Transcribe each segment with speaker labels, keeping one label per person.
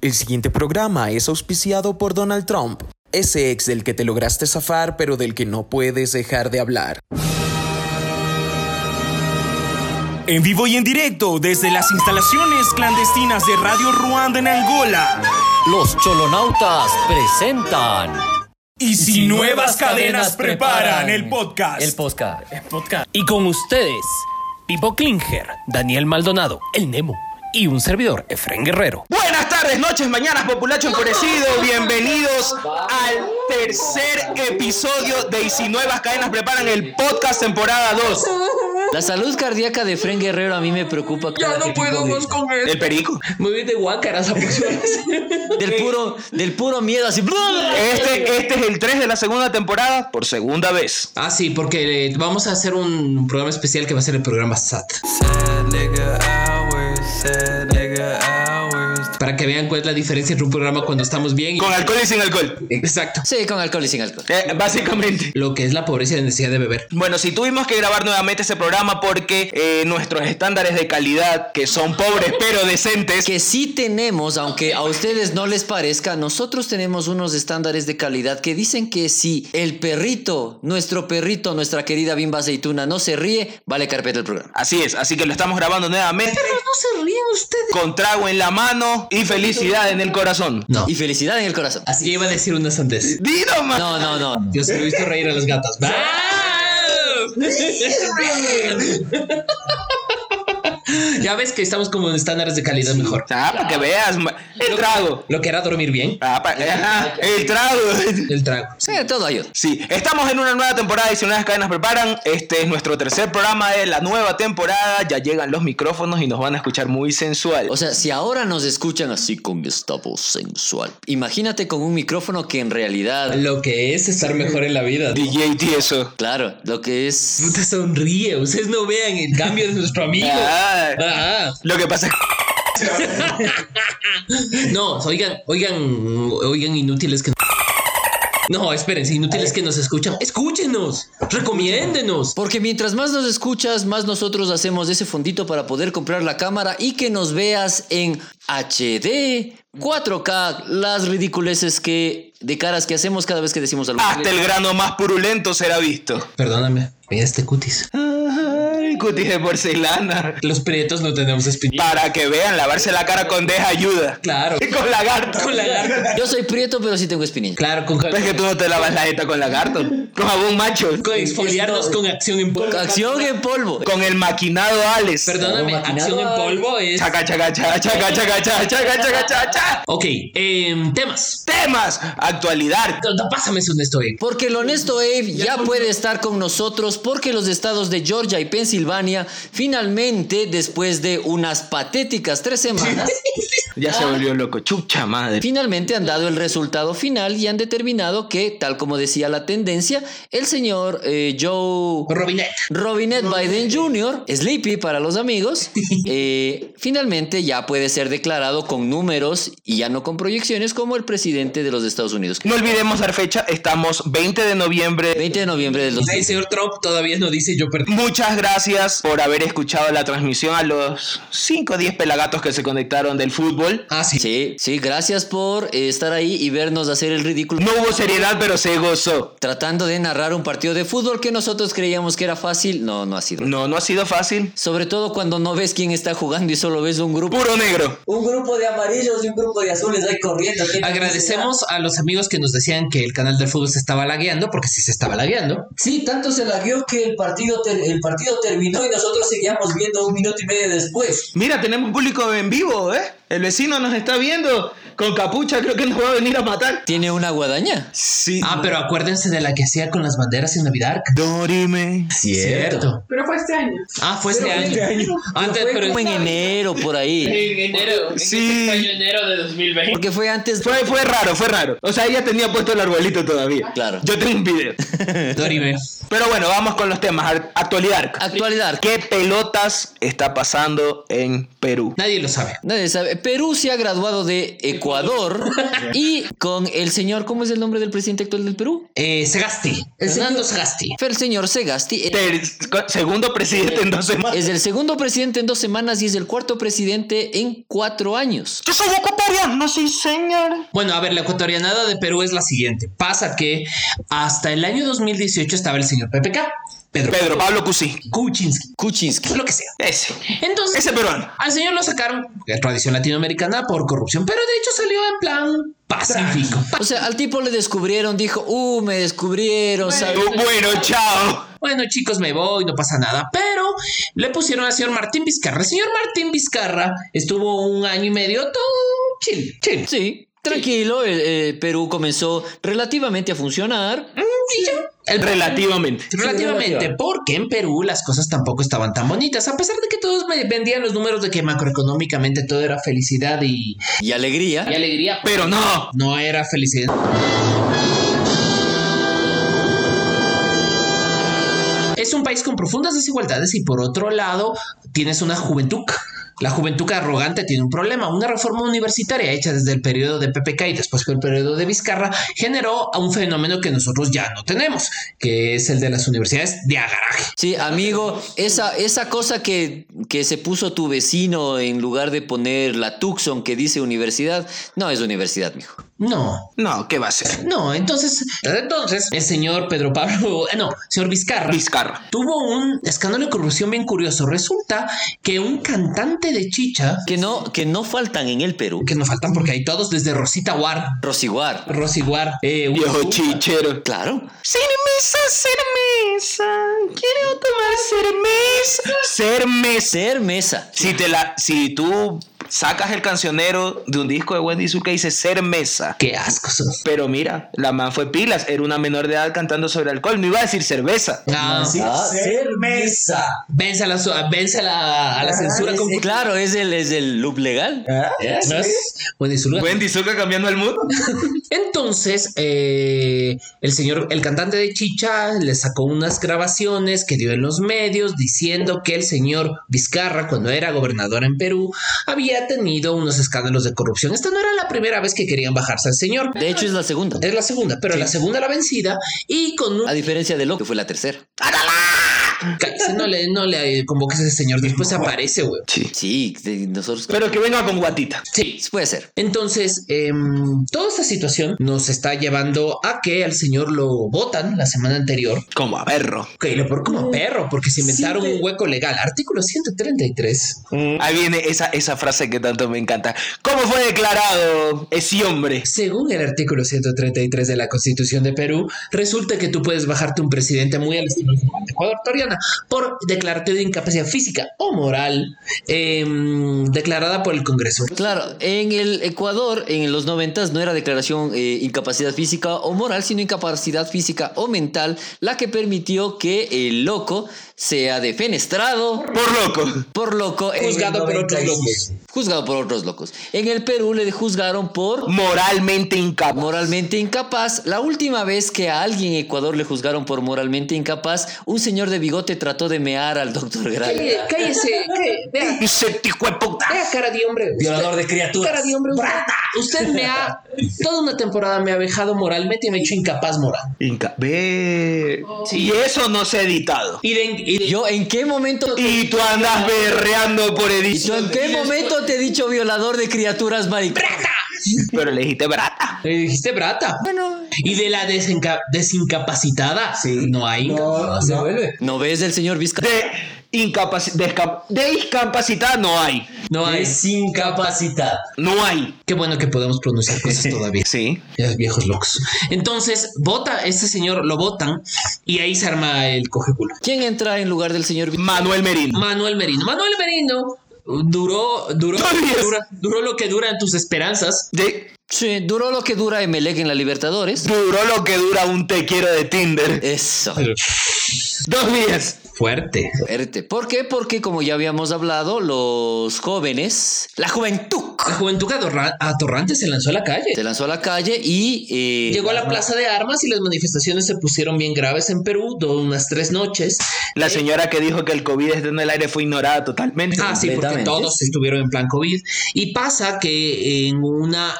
Speaker 1: El siguiente programa es auspiciado por Donald Trump, ese ex del que te lograste zafar pero del que no puedes dejar de hablar.
Speaker 2: En vivo y en directo desde las instalaciones clandestinas de Radio Ruanda en Angola.
Speaker 3: Los Cholonautas presentan
Speaker 2: Y si, nuevas cadenas preparan el podcast.
Speaker 3: El podcast.
Speaker 4: podcast. Y con ustedes, Pipo Klinger, Daniel Maldonado, el Nemo y un servidor, Efren Guerrero.
Speaker 5: Buenas tardes, noches, mañanas, populacho enfurecido. Bienvenidos al tercer episodio de 19 Cadenas Preparan el Podcast Temporada 2.
Speaker 3: La salud cardíaca de Fren Guerrero a mí me preocupa.
Speaker 6: Ya
Speaker 3: cada
Speaker 6: no
Speaker 3: que
Speaker 6: puedo
Speaker 3: digo
Speaker 6: más con
Speaker 5: El
Speaker 6: él.
Speaker 5: perico.
Speaker 6: Muy bien de guácaras a personas.
Speaker 3: de- Del puro, del puro miedo así.
Speaker 5: Este, este es el 3 de la segunda temporada por segunda vez.
Speaker 6: Ah, sí, porque eh, vamos a hacer un programa especial que va a ser el programa SAT. Para que vean cuál es la diferencia entre un programa cuando estamos bien y...
Speaker 5: Con alcohol y sin alcohol.
Speaker 6: Exacto.
Speaker 3: Sí, con alcohol y sin alcohol.
Speaker 5: Eh, básicamente.
Speaker 6: Lo que es la pobreza y la necesidad de beber.
Speaker 5: Bueno, si tuvimos que grabar nuevamente ese programa porque eh, nuestros estándares de calidad, que son pobres pero decentes,
Speaker 3: Que sí tenemos, aunque a ustedes no les parezca, nosotros tenemos unos estándares de calidad que dicen que si el perrito, nuestro perrito, nuestra querida bimba aceituna, no se ríe, vale carpeta el programa.
Speaker 5: Así es, así que lo estamos grabando nuevamente. Pero no se ríen ustedes. Con trago en la mano y felicidad en el corazón.
Speaker 6: No.
Speaker 3: Y felicidad en el corazón.
Speaker 6: Así que iba a decir una sandez.
Speaker 5: Dino, man.
Speaker 3: No, no, no.
Speaker 6: Yo se lo he visto reír a las gatas. ¡Bah! ya ves que estamos como en estándares de calidad mejor.
Speaker 5: Ah, para que veas, ma- el trago.
Speaker 6: Lo que era dormir bien.
Speaker 5: Ah, pa- ajá, el trago.
Speaker 6: El trago.
Speaker 3: Sí, todo ayuda.
Speaker 5: Sí, estamos en una nueva temporada de 19 cadenas preparan. Este es nuestro tercer programa de la nueva temporada. Ya llegan los micrófonos y nos van a escuchar muy sensual.
Speaker 3: O sea, si ahora nos escuchan así con esta voz sensual, imagínate con un micrófono que en realidad,
Speaker 6: Lo que es estar mejor en la vida. ¿no?
Speaker 5: DJ Tieso.
Speaker 3: claro, lo que es...
Speaker 6: Puta sonríe, ustedes no vean el cambio de nuestro amigo.
Speaker 5: Ah,
Speaker 6: Ah,
Speaker 5: lo que pasa es
Speaker 6: no, oigan, oigan, oigan, inútiles que no, espérense, inútiles que nos escuchan. Escúchenos, recomiéndenos.
Speaker 3: Porque mientras más nos escuchas, más nosotros hacemos ese fondito para poder comprar la cámara y que nos veas en HD, 4K, las ridiculeces que de caras que hacemos cada vez que decimos
Speaker 6: Ah,
Speaker 3: algo.
Speaker 5: hasta el grano más purulento será visto.
Speaker 6: Perdóname, mira este cutis.
Speaker 5: Ay, cutis de porcelana.
Speaker 6: Los prietos no tenemos espinilla.
Speaker 5: Para que vean, lavarse la cara con deja ayuda.
Speaker 6: Claro,
Speaker 5: Y con lagarto.
Speaker 6: con la garganta.
Speaker 3: Yo soy prieto, pero sí tengo espinilla.
Speaker 6: Claro, con,
Speaker 5: Es que tú no te lavas la jeta con lagarto. Con jabón macho.
Speaker 6: con exfoliarnos con acción en polvo.
Speaker 3: Acción en polvo.
Speaker 5: Con el maquinado Alex.
Speaker 6: Perdóname, acción en polvo es.
Speaker 5: Chaca, chaca, chaca, chaca, chaca, chaca, chaca, chaca, chaca, chaca.
Speaker 6: Ok, em, temas.
Speaker 5: Temas. Actualidad.
Speaker 6: Pásame eso, estoy.
Speaker 3: Porque el honesto Abe ya puede estar con nosotros porque los estados de Georgia y Pensilvania finalmente, después de unas patéticas tres semanas,
Speaker 5: Ya
Speaker 6: Ah.
Speaker 5: se volvió loco. Chucha madre.
Speaker 3: finalmente han dado el resultado final y han determinado que, tal como decía la tendencia, el señor eh, Joe...
Speaker 6: Robinette.
Speaker 3: Robinette Biden Jr., Sleepy para los amigos, eh, finalmente ya puede ser declarado con números y ya no con proyecciones como el presidente de los Estados Unidos.
Speaker 5: No olvidemos dar fecha. Estamos 20 de noviembre.
Speaker 3: 20 de noviembre del 2020.
Speaker 6: El señor Trump todavía no dice yo perdí.
Speaker 5: Muchas gracias por haber escuchado la transmisión a los 5 o 10 pelagatos que se conectaron del fútbol.
Speaker 6: Ah, sí.
Speaker 3: Sí, sí, gracias por eh, estar ahí y vernos hacer el ridículo.
Speaker 5: No hubo seriedad, pero se gozó.
Speaker 3: Tratando de narrar un partido de fútbol que nosotros creíamos que era fácil, no, no ha sido.
Speaker 5: No, no ha sido fácil.
Speaker 3: Sobre todo cuando no ves quién está jugando y solo ves un grupo.
Speaker 5: Puro negro.
Speaker 7: Un grupo de amarillos y un grupo de azules ahí corriendo. ¿Qué
Speaker 6: Agradecemos a los amigos que nos decían que el canal del fútbol se estaba lagueando, porque sí se estaba lagueando.
Speaker 7: necesidad? Sí, tanto se la vio que el partido, ter- el partido terminó y nosotros seguíamos viendo un minuto y medio después.
Speaker 5: Mira, tenemos público en vivo, ¿eh? El vecino nos está viendo con capucha, creo que nos va a venir a matar.
Speaker 3: Tiene una guadaña.
Speaker 5: Sí.
Speaker 6: Ah, pero acuérdense de la que hacía con las banderas en Navidad.
Speaker 5: Dorime.
Speaker 6: Cierto.
Speaker 8: Pero fue este año.
Speaker 6: Ah, fue este año. Antes, pero.
Speaker 3: Como en enero por ahí.
Speaker 8: En enero. en
Speaker 5: Sí.
Speaker 8: este año, enero de 2020.
Speaker 3: Porque fue antes.
Speaker 5: Fue, fue raro, fue raro. O sea, ella tenía puesto el arbolito todavía.
Speaker 3: Claro.
Speaker 5: Yo tengo un video.
Speaker 6: Dorime.
Speaker 5: Pero bueno, vamos con los temas. Ar- Actualidad.
Speaker 3: Actualidad.
Speaker 5: ¿Qué pelotas está pasando en Perú?
Speaker 6: Nadie lo sabe.
Speaker 3: Nadie sabe. eh, Perú se ha graduado de Ecuador y con el señor, ¿cómo es el nombre del presidente actual del Perú?
Speaker 6: Eh, Sagasti. Fernando Sagasti.
Speaker 3: El señor Segasti. eh,
Speaker 5: Ter- segundo presidente en dos semanas.
Speaker 3: Es el segundo presidente en dos semanas y es el cuarto presidente en cuatro años.
Speaker 5: Yo soy ecuatoriano, sí, señor.
Speaker 6: Bueno, a ver, la ecuatorianada de Perú es la siguiente. Pasa que hasta el año 2018 estaba el señor PPK, Pedro,
Speaker 5: Pedro Pablo Cusí.
Speaker 6: Kuczynski,
Speaker 3: Kuczynski.
Speaker 6: lo que sea.
Speaker 5: Ese.
Speaker 6: Entonces,
Speaker 5: Ese peruano.
Speaker 6: al señor lo sacaron, de tradición latinoamericana, por corrupción, pero de hecho salió en plan pacífico.
Speaker 3: O sea, al tipo le descubrieron, dijo, uh, me descubrieron, ¿sabes?
Speaker 5: Oh, Bueno, chao.
Speaker 6: Bueno, chicos, me voy, no pasa nada. Pero le pusieron al señor Martín Vizcarra. El señor Martín Vizcarra estuvo un año y medio todo chill, chill.
Speaker 3: Sí, tranquilo, el, eh, Perú comenzó relativamente a funcionar.
Speaker 6: Y ya. El-
Speaker 5: Relativamente.
Speaker 6: Relativamente, porque en Perú las cosas tampoco estaban tan bonitas, a pesar de que todos me vendían los números de que macroeconómicamente todo era felicidad y
Speaker 3: Y alegría.
Speaker 8: Y alegría.
Speaker 5: Pero no.
Speaker 6: no era felicidad. Es un país con profundas desigualdades y por otro lado tienes una juventud. La juventud arrogante tiene un problema. Una reforma universitaria hecha desde el periodo de PPK y después con el periodo de Vizcarra generó a un fenómeno que nosotros ya no tenemos, que es el de las universidades de agaraje.
Speaker 3: Sí, amigo, esa, esa cosa que, que se puso tu vecino en lugar de poner la Tucson que dice universidad, no es universidad, mijo.
Speaker 6: No,
Speaker 5: No, ¿qué va a ser?
Speaker 6: No, entonces, entonces el señor Pedro Pablo, eh, no, señor Vizcarra,
Speaker 5: Vizcarra.
Speaker 6: tuvo un escándalo de corrupción bien curioso. Resulta que un cantante de chicha,
Speaker 3: Que no, que no faltan en el Perú.
Speaker 6: que nos faltan porque hay todos desde Rosita War,
Speaker 3: Rosiguar,
Speaker 6: Rosy War, eh,
Speaker 5: Viejo
Speaker 6: Ujú,
Speaker 5: chichero.
Speaker 3: claro.
Speaker 5: Cermesa, cermesa. Quiero tomar cermesa. Cermesa.
Speaker 3: Ser mesa.
Speaker 5: Si, te la, si tú sacas el cancionero de un disco de Wendy Zucker y dice cermesa.
Speaker 6: qué asco. son.
Speaker 5: Pero mira, la man fue pilas. Era una menor de edad cantando sobre alcohol. No iba a decir cerveza.
Speaker 6: Ah,
Speaker 7: cerveza.
Speaker 6: vence a la, su- vence a la, a
Speaker 3: Ah,
Speaker 6: la censura con
Speaker 3: Claro, es el, es el loop legal.
Speaker 6: ¿No es? Wendy Zuluaga.
Speaker 5: Wendy Zucker cambiando el mundo.
Speaker 6: Entonces, eh, el señor, el cantante de Chicha, le sacó unas grabaciones que dio en los medios diciendo que el señor Vizcarra, cuando era gobernador en Perú, había tenido unos escándalos de corrupción. Esta no era la primera vez que querían bajarse al señor.
Speaker 3: De hecho, es la segunda.
Speaker 6: Es la segunda, pero la segunda la vencida y con un...
Speaker 3: A diferencia de lo que fue la tercera.
Speaker 6: Cállese, no le, no le convoques a ese señor, después aparece, güey.
Speaker 3: Sí, de- nosotros.
Speaker 5: Pero que venga con guatita.
Speaker 6: Sí,
Speaker 3: Puede ser.
Speaker 6: Entonces, em, toda esta situación nos está llevando a que al señor lo votan la semana anterior.
Speaker 5: Como a berro.
Speaker 6: Ok, lo por como perro, porque se inventaron un hueco legal. Artículo 133.
Speaker 5: Ahí viene esa, esa frase que tanto me encanta. ¿Cómo fue declarado ese hombre?
Speaker 6: Según el artículo 133 de la Constitución de Perú, resulta que tú puedes bajarte un presidente muy al estilo de la ecuatoriana por declararte de incapacidad física o moral em, declarada por el Congreso.
Speaker 3: Claro, en el Ecuador, en los noventas, no era declaración eh, incapacidad física o moral, sino incapacidad física o mental, la que permitió que el loco sea defenestrado
Speaker 5: Por loco.
Speaker 3: por loco, eh,
Speaker 6: Juzgado por otros lobos.
Speaker 3: juzgado por otros locos. En el Perú le juzgaron por
Speaker 5: Moralmente incapaz.
Speaker 3: moralmente incapaz. La última vez que a alguien en Ecuador le juzgaron por moralmente incapaz, un señor de bigote trató de mear al doctor Gray.
Speaker 6: Cállese, cállese, que- vea,
Speaker 5: Ese tico de puta.
Speaker 6: vea cara de hombre.
Speaker 7: Violador de
Speaker 6: Cara
Speaker 7: criaturas.
Speaker 6: de hombre, usted, usted me ha, toda una temporada me ha vejado moralmente y me ha hecho incapaz moral.
Speaker 5: Inca- Ve. Y eso no se ha editado.
Speaker 6: Y de- y de-
Speaker 3: Yo, ¿en qué momento?
Speaker 5: Y tú andas berreando por
Speaker 3: ¿Yo en
Speaker 5: edición.
Speaker 3: qué momento te he dicho violador de criaturas, maricón?
Speaker 5: Pero le dijiste brata.
Speaker 6: Le dijiste brata. Bueno. Y de la desenca- desincapacitada. No hay.
Speaker 7: No, se vuelve.
Speaker 3: ¿No ves el señor Vizcarra?
Speaker 5: De, incapaci- descap- de discapacidad no hay.
Speaker 6: No hay.
Speaker 7: Es incapacidad.
Speaker 5: No hay.
Speaker 6: Qué bueno que podemos pronunciar cosas todavía.
Speaker 5: Sí.
Speaker 6: Ya, viejos locos. Entonces, vota, este señor lo votan y ahí se arma el coge culo.
Speaker 3: ¿Quién entra en lugar del señor Vizcarra?
Speaker 5: Manuel Merino.
Speaker 6: Manuel Merino. Manuel Merino duró, duró,
Speaker 5: Todavía es-
Speaker 6: dura- duró lo que duran tus esperanzas.
Speaker 5: De,
Speaker 3: Sí, duró lo que dura Emelec en la Libertadores.
Speaker 5: duró lo que dura un te quiero de Tinder.
Speaker 3: Eso.
Speaker 5: Dos días.
Speaker 6: Fuerte.
Speaker 3: Fuerte. ¿Por qué? Porque como ya habíamos hablado, los jóvenes, la juventud,
Speaker 6: La juventud adorra- atorrante se lanzó a la calle.
Speaker 3: se lanzó a la calle y... eh,
Speaker 6: Llegó a la plaza de armas y las manifestaciones se pusieron bien graves en Perú, do- unas tres noches.
Speaker 5: La señora que dijo que el COVID está en el aire fue ignorada totalmente.
Speaker 6: Ah, sí, porque
Speaker 3: Completamente.
Speaker 6: todos estuvieron en plan COVID. Y pasa que en una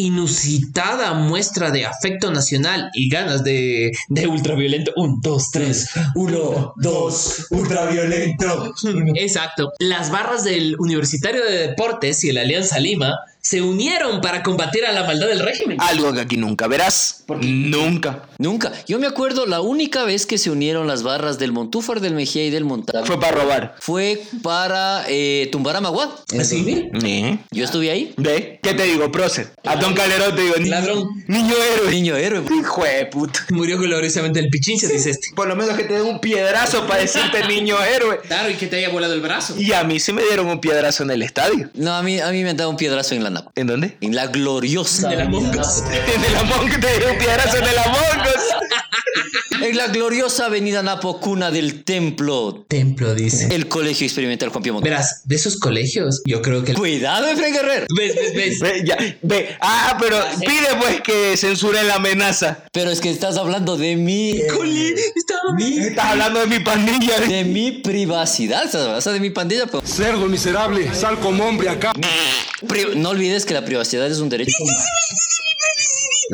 Speaker 6: inusitada muestra de afecto nacional y ganas de, de ultraviolento, un, dos, tres,
Speaker 7: Uno, dos, ultraviolento.
Speaker 6: Exacto. Las barras del Universitario de Deportes y el Alianza Lima se unieron para combatir a la maldad del régimen.
Speaker 5: Algo que aquí nunca verás. Nunca.
Speaker 3: Nunca. Yo me acuerdo la única vez que se unieron las barras del Montúfar, del Mejía y del Montal
Speaker 5: Fue para robar.
Speaker 3: fue para eh, tumbar a Maguad.
Speaker 6: ¿Ah, ¿Sí?
Speaker 5: ¿Eh?
Speaker 3: Yo estuve ahí.
Speaker 5: ¿Ve? ¿Qué te digo, prócer? A Don Calderón te digo, ni-
Speaker 6: Ladrón.
Speaker 5: niño héroe.
Speaker 3: Niño héroe.
Speaker 5: Hijo de puta.
Speaker 6: Murió gloriosamente el pichincha, dice este.
Speaker 5: Por lo menos que te den un piedrazo para decirte niño héroe.
Speaker 6: Claro, y que te haya volado el brazo.
Speaker 5: Y a mí sí me dieron un piedrazo en el estadio.
Speaker 3: No, a mí, a mí me han dado un piedrazo en la napa.
Speaker 5: ¿En dónde?
Speaker 3: En la gloriosa.
Speaker 6: De las moscas.
Speaker 5: En el Among Us, te dieron un piedrazo en el Among Us.
Speaker 3: En la gloriosa avenida Napo, cuna del templo.
Speaker 6: Templo, dice.
Speaker 3: El colegio experimental Juan Pío Montal.
Speaker 6: Verás, de esos colegios, yo creo que...
Speaker 3: Cuidado, Efraín Guerrero.
Speaker 6: ¿Ves, ves, ves?
Speaker 5: Ve, ya, ve. Ah, pero pide pues que censuren la amenaza.
Speaker 3: Pero es que estás hablando de mi.
Speaker 6: Cole, estaba-
Speaker 5: Estás hablando de mi pandilla.
Speaker 3: De mi privacidad. Estás hablando o sea, de mi pandilla. pero-
Speaker 9: Cerdo miserable, sal como hombre acá.
Speaker 3: pri- No olvides que la privacidad es un derecho. humano.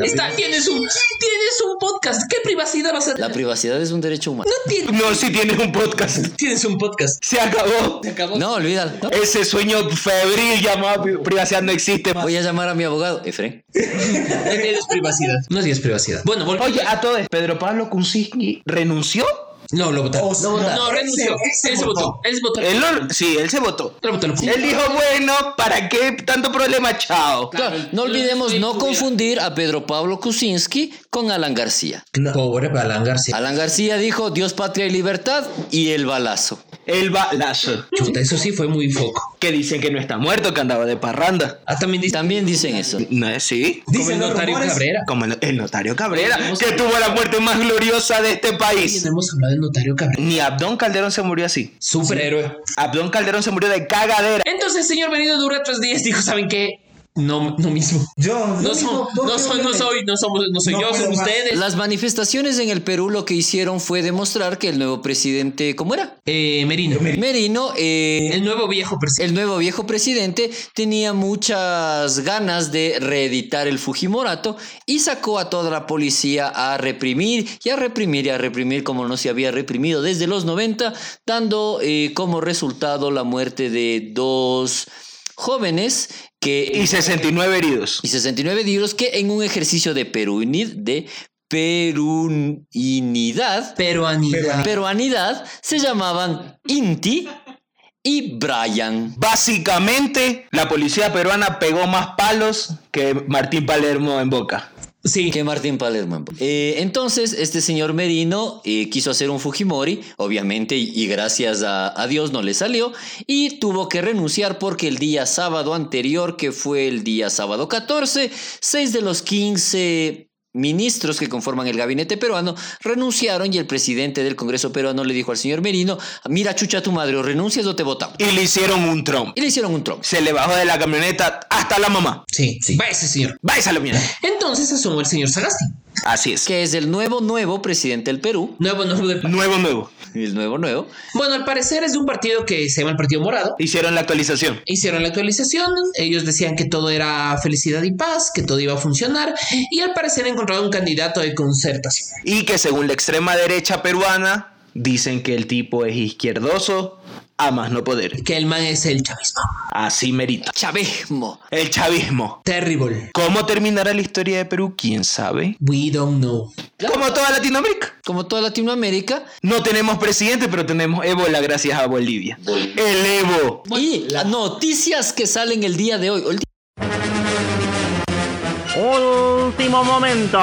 Speaker 6: Está- tienes, un, tienes un podcast. ¿Qué privacidad vas a
Speaker 3: La
Speaker 6: tener?
Speaker 3: privacidad es un derecho humano.
Speaker 5: No, si tienes un podcast.
Speaker 6: Tienes un podcast.
Speaker 5: Se acabó.
Speaker 3: No, olvídalo. No.
Speaker 5: Ese sueño febril llamado pri- privacidad no existe.
Speaker 3: Voy a llamar a mi abogado, Efren.
Speaker 6: No tienes privacidad. No tienes privacidad. Bueno, vol-
Speaker 5: Oye, a todo esto, ¿Pedro Pablo Kuczynski renunció?
Speaker 6: No, lo votaron.
Speaker 7: O sea,
Speaker 6: no,
Speaker 7: no,
Speaker 6: no, renunció.
Speaker 7: él se-
Speaker 6: Él se votó. Él se votó.
Speaker 5: Él lo- sí, él se votó.
Speaker 6: Lo votó, lo votó.
Speaker 5: Él dijo, bueno, ¿para qué tanto problema? Chao.
Speaker 3: Claro, no olvidemos no confundir a Pedro Pablo Kuczynski con Alan García.
Speaker 6: Pobre Balán García.
Speaker 3: Alan García dijo Dios, patria y libertad y el balazo.
Speaker 5: El balazo.
Speaker 6: Chuta, eso sí fue muy foco.
Speaker 5: Que dicen que no está muerto, que andaba de parranda.
Speaker 6: Ah, también
Speaker 3: Y
Speaker 6: dice.
Speaker 3: también dicen eso.
Speaker 5: No es sí.
Speaker 6: Como el
Speaker 7: Dicen los
Speaker 6: notario
Speaker 7: rumores.
Speaker 6: Cabrera.
Speaker 5: Como el, el notario Cabrera, que tuvo la muerte más gloriosa de este país.
Speaker 6: No hemos hablado del notario Cabrera.
Speaker 5: Ni Abdón Calderón se murió así.
Speaker 6: Superhéroe.
Speaker 5: Abdón Calderón se murió de cagadera.
Speaker 6: Entonces, señor Benito Durra tras días dijo, ¿saben qué? No, no mismo.
Speaker 7: Yo,
Speaker 6: No, son, no, son, no soy, no somos, no soy
Speaker 7: No
Speaker 6: yo,
Speaker 7: puedo
Speaker 6: son
Speaker 7: más.
Speaker 6: ustedes.
Speaker 3: Las manifestaciones en el Perú lo que hicieron fue demostrar que el nuevo presidente, ¿cómo era?
Speaker 6: Eh, Merino.
Speaker 3: Merino, eh,
Speaker 6: El nuevo viejo presidente.
Speaker 3: el nuevo viejo presidente, tenía muchas ganas de reeditar el Fujimorato y sacó a toda la policía a reprimir y a reprimir y a reprimir como no se había reprimido desde los 90, dando eh, como resultado la muerte de dos jóvenes que...
Speaker 5: Y 69 heridos.
Speaker 3: y 69 libros que en un ejercicio de perunid, de perunidad,
Speaker 6: Peruanidad.
Speaker 3: peruanidad, se llamaban Inti y Brian.
Speaker 5: Básicamente, la policía peruana pegó más palos que Martín Palermo en Boca.
Speaker 6: Sí.
Speaker 3: Que Martín Palermo. Eh, entonces, este señor Merino eh, quiso hacer un Fujimori, obviamente, y, y gracias a, a Dios no le salió, y tuvo que renunciar porque el día sábado anterior, que fue el día sábado 14, 6 de los 15 ministros que conforman el gabinete peruano renunciaron y el presidente del Congreso peruano le dijo al señor Merino, mira chucha tu madre, o renuncias o te votamos.
Speaker 5: Y le hicieron un trompo.
Speaker 3: Y le hicieron un trompo.
Speaker 5: Se le bajó de la camioneta hasta la mamá.
Speaker 6: Sí, Pues, sí. Va ese señor.
Speaker 5: Vais a la mierda.
Speaker 6: Entonces asomó el señor Sagasti.
Speaker 5: Así es.
Speaker 3: Que es el nuevo, nuevo presidente del Perú.
Speaker 6: Nuevo, nuevo de...
Speaker 5: Nuevo, nuevo.
Speaker 3: El nuevo, nuevo.
Speaker 6: Bueno, al parecer es de un partido que se llama el Partido Morado.
Speaker 5: Hicieron la actualización.
Speaker 6: Hicieron la actualización, ellos decían que todo era felicidad y paz, que todo iba a funcionar, y al parecer encontraron un candidato de concertación.
Speaker 5: Y que según la extrema derecha peruana, dicen que el tipo es izquierdoso a más no poder.
Speaker 6: Que el man es el chavismo.
Speaker 5: Así merita.
Speaker 3: Chavismo.
Speaker 5: El chavismo.
Speaker 6: Terrible.
Speaker 5: ¿Cómo terminará la historia de Perú? ¿Quién sabe?
Speaker 6: We don't know.
Speaker 5: Como toda Latinoamérica.
Speaker 3: Como toda Latinoamérica,
Speaker 5: No tenemos presidente, pero tenemos ébola gracias a Bolivia. El Evo.
Speaker 3: y las noticias que salen el día de hoy. Ulti-
Speaker 10: Último momento.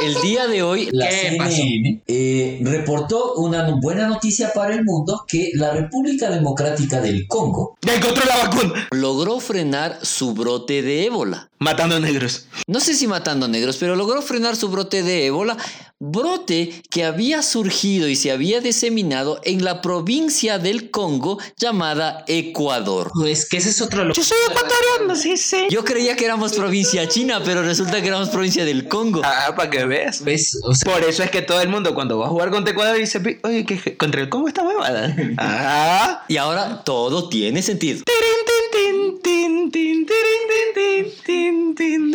Speaker 3: El día de hoy,
Speaker 7: La
Speaker 6: ¿Qué pasó?
Speaker 7: CNN eh, reportó una no- buena noticia para el mundo que la República Democrática del Congo
Speaker 5: Ya encontró la vacuna.
Speaker 3: logró frenar su brote de ébola.
Speaker 5: Matando negros.
Speaker 3: No sé si matando negros, pero logró frenar su brote de ébola brote que había surgido y se había diseminado en la provincia del Congo llamada Ecuador.
Speaker 6: Pues que ese es otro lo
Speaker 5: Yo soy ecuatoriano, sí, sí.
Speaker 3: Yo creía que éramos provincia china, pero resulta que éramos provincia del Congo.
Speaker 5: Ah, para que veas.
Speaker 6: ¿Ves? O sea,
Speaker 5: Por eso es que todo el mundo cuando va a jugar contra Ecuador dice, "Pi- oye, ¿qué- qué- ¿contra el Congo esta huevada? ah.
Speaker 3: Y ahora todo tiene sentido.
Speaker 5: Tirin, tin, tin, tin, tirin, tin, tin, tin, tin, tirin, tin,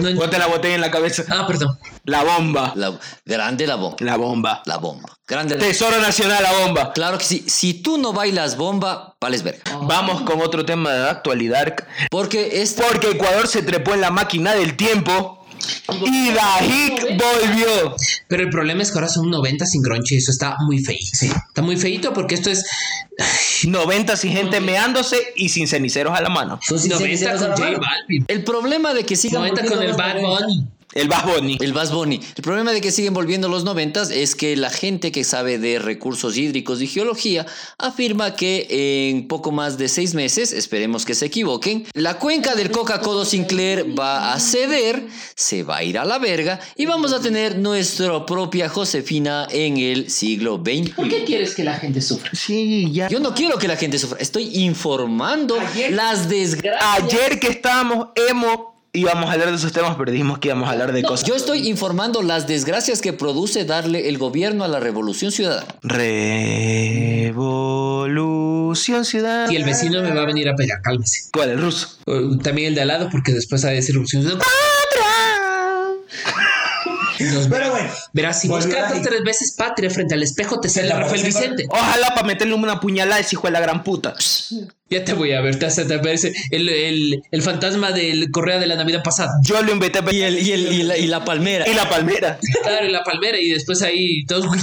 Speaker 6: No
Speaker 5: tin.
Speaker 6: ent-
Speaker 5: Ponte la botella en la cabeza.
Speaker 6: Ah, perdón.
Speaker 5: La bomba.
Speaker 3: La- grande la bomba.
Speaker 5: La bomba.
Speaker 3: La bomba. Grande la
Speaker 5: Tesoro Nacional, la bomba.
Speaker 3: Claro que sí. Si tú no bailas bomba, vales verga.
Speaker 5: Vamos con otro tema de actualidad.
Speaker 3: Porque esta...
Speaker 5: Porque Ecuador se trepó en la máquina del tiempo y Dajik volvió.
Speaker 6: Pero el problema es que ahora son 90 sin grunge y eso está muy feito. Está muy feito porque esto es
Speaker 5: 90 sin gente meándose y sin ceniceros a la mano.
Speaker 7: Son
Speaker 6: 90
Speaker 7: sinceros
Speaker 6: con
Speaker 7: a la
Speaker 6: J
Speaker 7: mano.
Speaker 6: Balvin.
Speaker 3: El problema de que sigan
Speaker 6: 90 con el Bad Bunny.
Speaker 5: El Bad Bunny.
Speaker 3: El Bass Bunny. El problema de que siguen volviendo los noventas es que la gente que sabe de recursos hídricos y geología afirma que en poco más de seis meses, esperemos que se equivoquen, la cuenca del Coca-Codo Sinclair va a ceder, se va a ir a la verga y vamos a tener nuestra propia Josefina en el siglo XX.
Speaker 8: ¿Por qué quieres que la gente sufra?
Speaker 5: Sí, ya.
Speaker 3: Yo no quiero que la gente sufra, estoy informando las desgracias.
Speaker 5: Ayer que estábamos emo, íbamos a hablar de esos temas, pero dijimos que íbamos a hablar de cosas.
Speaker 3: Yo estoy informando las desgracias que produce darle el gobierno a la revolución ciudadana.
Speaker 5: Revolución ciudadana.
Speaker 6: Y el vecino me va a venir a pegar, cálmese.
Speaker 5: ¿Cuál? El ruso.
Speaker 6: O, También el de al lado porque después ha de decir "Pues, opción. Nos verá.
Speaker 7: Pero bueno.
Speaker 6: Verás, si vos
Speaker 7: Volvió
Speaker 6: cantas
Speaker 7: ahí.
Speaker 6: tres veces patria frente al espejo, te sale
Speaker 7: la
Speaker 6: Rafael
Speaker 7: próxima.
Speaker 6: Vicente.
Speaker 5: Ojalá para meterle una puñalada a ese hijo de la gran puta.
Speaker 6: Ya te voy a ver, te hace te aparece el, el, el fantasma del Correa de la Navidad pasada.
Speaker 5: Yo lo invité a
Speaker 3: Y, el, y, el, y, la, y la palmera.
Speaker 5: Y la palmera.
Speaker 6: Claro, en la palmera y después ahí todos. "Uy".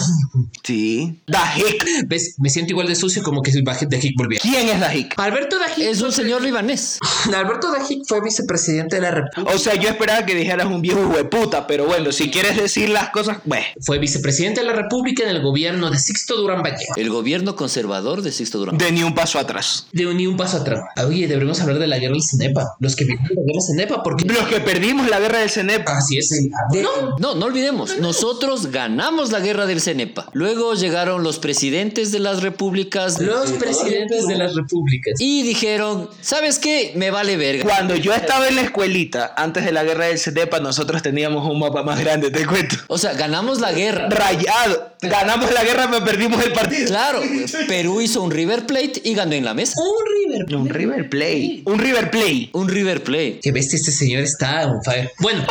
Speaker 5: Sí. Dajik.
Speaker 6: ¿Ves? Me siento igual de sucio como que si Bajet de Hick volviera.
Speaker 5: ¿Quién es Dajik?
Speaker 6: Alberto Dajic.
Speaker 3: Es un señor libanés.
Speaker 6: Alberto Dajic fue vicepresidente de la República.
Speaker 5: O sea, yo esperaba que dijeras un viejo hueputa, pero bueno, si quieres decir las cosas, bueno.
Speaker 6: Fue vicepresidente de la República en el gobierno de Sixto Durán Vallejo.
Speaker 3: El gobierno conservador de Sixto Durán.
Speaker 5: De ni un paso atrás.
Speaker 6: De un, ni un paso atrás. Ah, Oye, deberíamos hablar de la guerra del Cenepa. Los que vivieron la guerra del Cenepa, porque.
Speaker 5: Los que perdimos la guerra del Cenep.
Speaker 6: Así es.
Speaker 7: De-
Speaker 3: No, no olvidemos, nosotros ganamos la guerra del Cenepa. Luego llegaron los presidentes de las repúblicas
Speaker 6: Los presidentes de las repúblicas.
Speaker 3: y dijeron, ¿sabes qué? Me vale verga.
Speaker 5: Cuando yo estaba en la escuelita, antes de la guerra del Cenepa, nosotros teníamos un mapa más grande, te cuento.
Speaker 3: O sea, ganamos la guerra.
Speaker 5: Rayado. Ganamos la guerra, pero perdimos el partido.
Speaker 3: Claro, Perú hizo un River Plate y ganó en la mesa.
Speaker 6: Un River.
Speaker 5: Un River Play. Un River Play.
Speaker 3: Un River Plate.
Speaker 6: Que bestia, este señor está on fire. Bueno,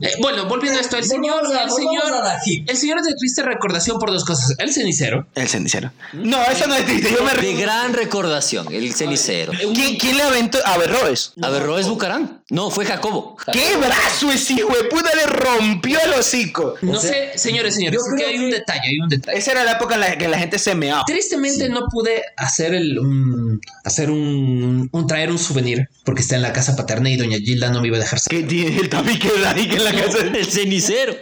Speaker 6: eh, bueno, volviendo a esto, el señor,
Speaker 7: Volvamos a-
Speaker 6: el
Speaker 7: volvamos
Speaker 6: señor,
Speaker 7: a Dajic.
Speaker 6: el señor es de triste recordación por dos cosas. El cenicero.
Speaker 5: El cenicero. No, eso no es triste. Yo me
Speaker 3: De
Speaker 5: re-
Speaker 3: gran recordación, el cenicero.
Speaker 5: ¿Quién, quién le aventó? A ver, Robes.
Speaker 3: A ver, Roes Bucarán. No, fue Jacobo.
Speaker 5: ¿Qué brazo ese hijo de puta le rompió el hocico?
Speaker 6: No sé, señores, señores,
Speaker 7: yo
Speaker 6: es que
Speaker 7: creo
Speaker 6: hay un
Speaker 7: que-
Speaker 6: detalle, hay un detalle.
Speaker 5: Esa era la época en la que la gente se meaba.
Speaker 6: Tristemente no pude hacer el mm, hacer un, un- traer un souvenir porque está en la casa paterna y doña Gilda no me iba a dejar salir.
Speaker 5: Que tiene el tabique de Dajik en la casa.
Speaker 3: El cenicero.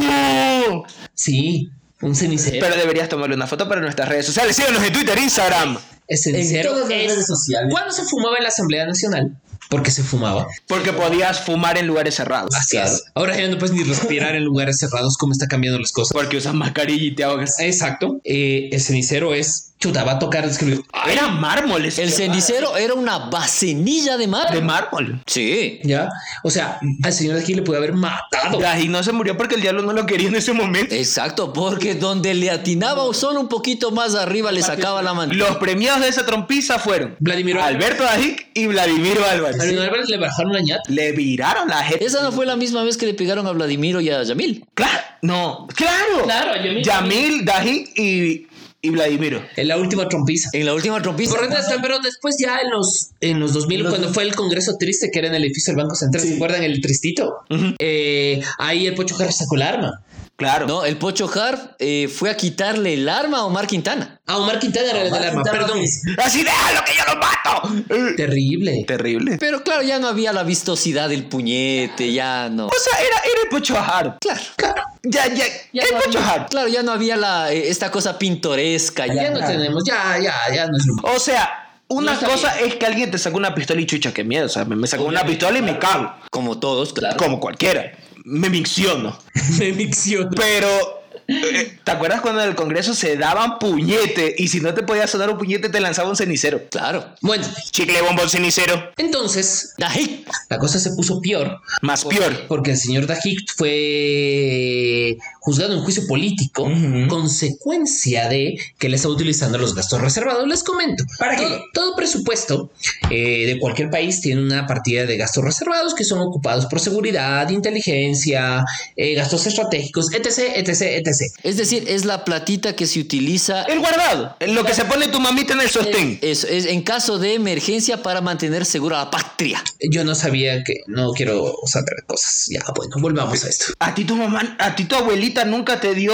Speaker 5: ¡No!
Speaker 6: Sí, un cenicero.
Speaker 5: Pero deberías tomarle una foto para nuestras redes sociales. Síganos en Twitter, Instagram.
Speaker 6: Es
Speaker 7: En
Speaker 6: cenicero.
Speaker 7: todas las
Speaker 6: es-
Speaker 7: redes sociales.
Speaker 6: ¿Cuándo se fumaba en la Asamblea Nacional? Porque se fumaba.
Speaker 5: Porque podías fumar en lugares cerrados.
Speaker 6: Así es. Ahora ya no puedes ni respirar en lugares cerrados, cómo está cambiando las cosas.
Speaker 5: Porque usas mascarilla y te ahogas.
Speaker 6: Exacto. Eh, el cenicero es chuta, va a tocar escribir.
Speaker 5: Ah, Era mármol ese.
Speaker 3: El cenicero era una bacenilla de mar.
Speaker 5: de mármol.
Speaker 3: Sí.
Speaker 6: Ya. O sea, al señor de aquí le puede haber matado.
Speaker 5: Y no se murió porque el diablo no lo quería en ese momento.
Speaker 3: Exacto, porque donde le atinaba solo un poquito más arriba le sacaba la mano.
Speaker 5: Los premiados de esa trompiza fueron
Speaker 6: Vladimir
Speaker 5: Alberto Dajic y Vladimir
Speaker 6: Álvarez.
Speaker 5: Álvarez.
Speaker 6: Alberto Álvarez le bajaron la ñata.
Speaker 5: Le viraron la gente.
Speaker 3: Esa no fue la misma vez que le pegaron a Vladimiro y a Yamil.
Speaker 5: Claro. No. Claro.
Speaker 8: Claro, Yamil.
Speaker 5: Yamil, Dajic y, y Vladimiro.
Speaker 6: En la última trompiza.
Speaker 3: En la última trompista.
Speaker 6: Por ende, pero después ya en los, en los 2000, cuando fue el Congreso Triste, que era en el edificio del Banco Central, ¿se acuerdan? El tristito. Eh, ahí el Pocho Carlos sacó el arma.
Speaker 5: Claro.
Speaker 3: No, el Pocho Harf eh, fue a quitarle el arma a Omar Quintana.
Speaker 6: Ah, Omar Quintana era el del arma,
Speaker 7: Quintana
Speaker 6: perdón.
Speaker 7: es-
Speaker 5: Así déjalo que yo lo mato.
Speaker 6: Terrible.
Speaker 5: Terrible.
Speaker 3: Pero claro, ya no había la vistosidad del puñete, ya no.
Speaker 5: O sea, era, era el Pocho Hart.
Speaker 3: Claro,
Speaker 5: Ya, ya.
Speaker 3: ya
Speaker 5: el
Speaker 3: no
Speaker 5: Pocho
Speaker 3: había,
Speaker 5: Hart.
Speaker 3: claro, ya no había la, eh, esta cosa pintoresca.
Speaker 6: Ya
Speaker 3: Ya.
Speaker 6: no tenemos, ya, ya, ya no es lo mismo.
Speaker 5: O sea,
Speaker 6: No
Speaker 5: una
Speaker 6: está
Speaker 5: cosa es que alguien te saca una pistola y chucha, qué miedo. O sea, me, me sacó una pistola y me cago.
Speaker 3: Como todos, claro.
Speaker 5: Como cualquiera. me micciono.
Speaker 6: Me micciono.
Speaker 5: Pero, eh, ¿te acuerdas cuando en el Congreso se daban puñete y si no te podía sonar un puñete te lanzaba un cenicero?
Speaker 3: Claro.
Speaker 6: Bueno,
Speaker 5: Chicle bombón cenicero,
Speaker 6: entonces
Speaker 3: Ahí.
Speaker 6: la cosa se puso peor
Speaker 5: más
Speaker 3: Pues,
Speaker 5: peor.
Speaker 6: porque el señor Dajik fue juzgado en juicio político, consecuencia de que le estaba utilizando los gastos reservados. Les comento.
Speaker 7: ¿Para qué?
Speaker 6: todo, todo presupuesto eh, de cualquier país tiene una partida de gastos reservados que son ocupados por seguridad, inteligencia, eh, gastos estratégicos, etc, etc, etc.
Speaker 3: Es decir, es la platita que se utiliza
Speaker 5: El guardado, lo que se pone tu mamita en el sostén.
Speaker 3: eso, es en caso de emergencia para mantener segura la patria.
Speaker 6: Yo no sabía que no quiero saber cosas. Ya, bueno, volvamos a esto.
Speaker 5: A ti tu mamá, a ti tu abuelita nunca te dio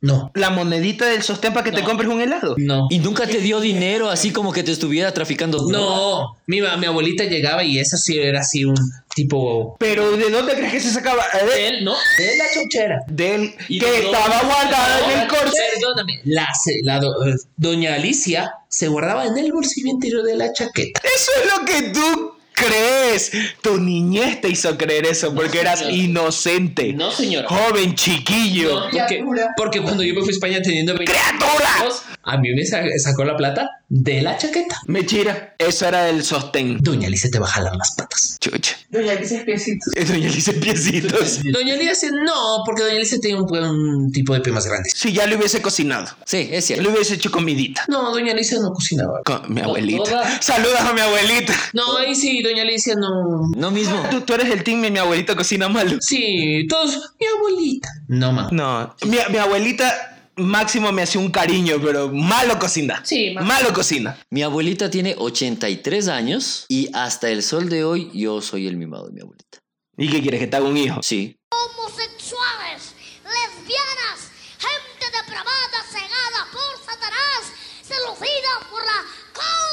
Speaker 6: No,
Speaker 5: la monedita del sostén para que te compres un helado.
Speaker 6: no.
Speaker 3: Y nunca te dio dinero así como que te estuviera traficando.
Speaker 6: No, mi, ma- mi abuelita llegaba y eso sí era así un tipo.
Speaker 5: Pero ¿de dónde crees que se sacaba? Eh, de-
Speaker 6: Él, ¿no? De la chochera.
Speaker 5: Del
Speaker 6: Y
Speaker 5: que
Speaker 6: de-
Speaker 5: estaba guardado en el corset.
Speaker 6: Perdóname. La, se- la do- eh, doña Alicia se guardaba en el bolsillo interior de la chaqueta.
Speaker 5: Eso es lo que tú crees. Tu niñez te hizo creer eso porque eras
Speaker 8: señor.
Speaker 6: Eh,
Speaker 5: inocente.
Speaker 8: No, señora.
Speaker 5: Joven chiquillo.
Speaker 8: No.
Speaker 6: Porque, porque cuando yo me fui a España teniendo 20
Speaker 5: ¡Criatura!
Speaker 6: a mí me sa- sacó la plata de la chaqueta.
Speaker 5: Mentira. Eso era del sostén.
Speaker 6: Doña Alicia te va a jalar las patas.
Speaker 5: Chucha.
Speaker 8: Doña, que se piecito.
Speaker 5: Eh, Doña Alicia piecitos.
Speaker 6: Doña Alicia, no, porque Doña Alicia tiene un, un tipo de pie más grande.
Speaker 5: Si ya le hubiese cocinado.
Speaker 3: Sí, es
Speaker 5: Ya
Speaker 3: cierto.
Speaker 5: le hubiese hecho comidita.
Speaker 6: No, Doña Alicia no cocinaba.
Speaker 5: Con mi abuelita.
Speaker 8: toda-
Speaker 5: Saludos a mi abuelita.
Speaker 6: No, ahí sí, Doña Alicia no.
Speaker 3: No mismo.
Speaker 5: Tú, tú eres el team de mi abuelita cocina malo.
Speaker 6: Sí, todos. Mi abuelita. No, man.
Speaker 5: No. Mi, mi abuelita máximo me hacía un cariño, pero malo cocina.
Speaker 8: Sí, ma-
Speaker 5: Malo cocina.
Speaker 3: Mi abuelita tiene 83 años y hasta el sol de hoy yo soy el mimado de mi abuelita.
Speaker 5: ¿Y qué quieres? Que te haga un hijo.
Speaker 3: Sí.
Speaker 11: homosexuales, lesbianas, gente depravada, cegada por Satanás, seducida por la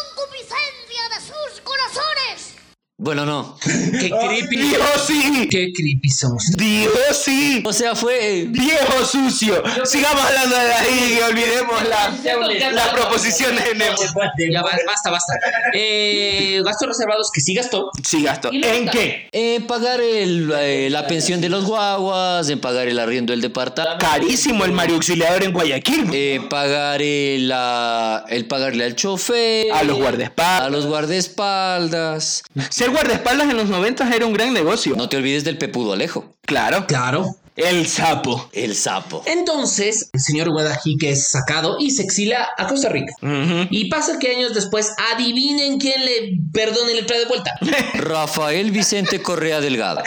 Speaker 11: concupiscencia de sus corazones.
Speaker 3: Bueno, no.
Speaker 6: Qué creepy.
Speaker 5: ¡Dios sí!
Speaker 6: Qué creepy somos.
Speaker 5: ¡Dios sí!
Speaker 3: O sea, fue...
Speaker 5: ¡Viejo sucio! Sigamos hablando de la y olvidemos la- las proposiciones de Nemo.
Speaker 6: Ya ba- basta, basta. Eh, gastos reservados que sí gastó.
Speaker 5: Sí, gasto.
Speaker 8: ¿Y la
Speaker 5: ¿En
Speaker 8: otra?
Speaker 5: qué?
Speaker 3: En pagar el, eh, la pensión de los guaguas, en pagar el arriendo del departamento,
Speaker 5: Carísimo el Mario Auxiliador en Guayaquil.
Speaker 3: en pagar el, la- el pagarle al chofer,
Speaker 5: A los
Speaker 3: a
Speaker 5: guardaespaldas.
Speaker 3: los guardaespaldas.
Speaker 5: Ser guardaespaldas en los 90 era un gran negocio.
Speaker 3: No te olvides del pepudo Alejo,
Speaker 5: Claro.
Speaker 6: Claro.
Speaker 5: El sapo.
Speaker 3: el sapo.
Speaker 6: Entonces, el señor Guadajique es sacado y se exila a Costa Rica.
Speaker 5: Ujú.
Speaker 6: Y pasa que años después, adivinen quién le perdona y le trae de vuelta.
Speaker 3: Rafael Vicente Correa Delgado.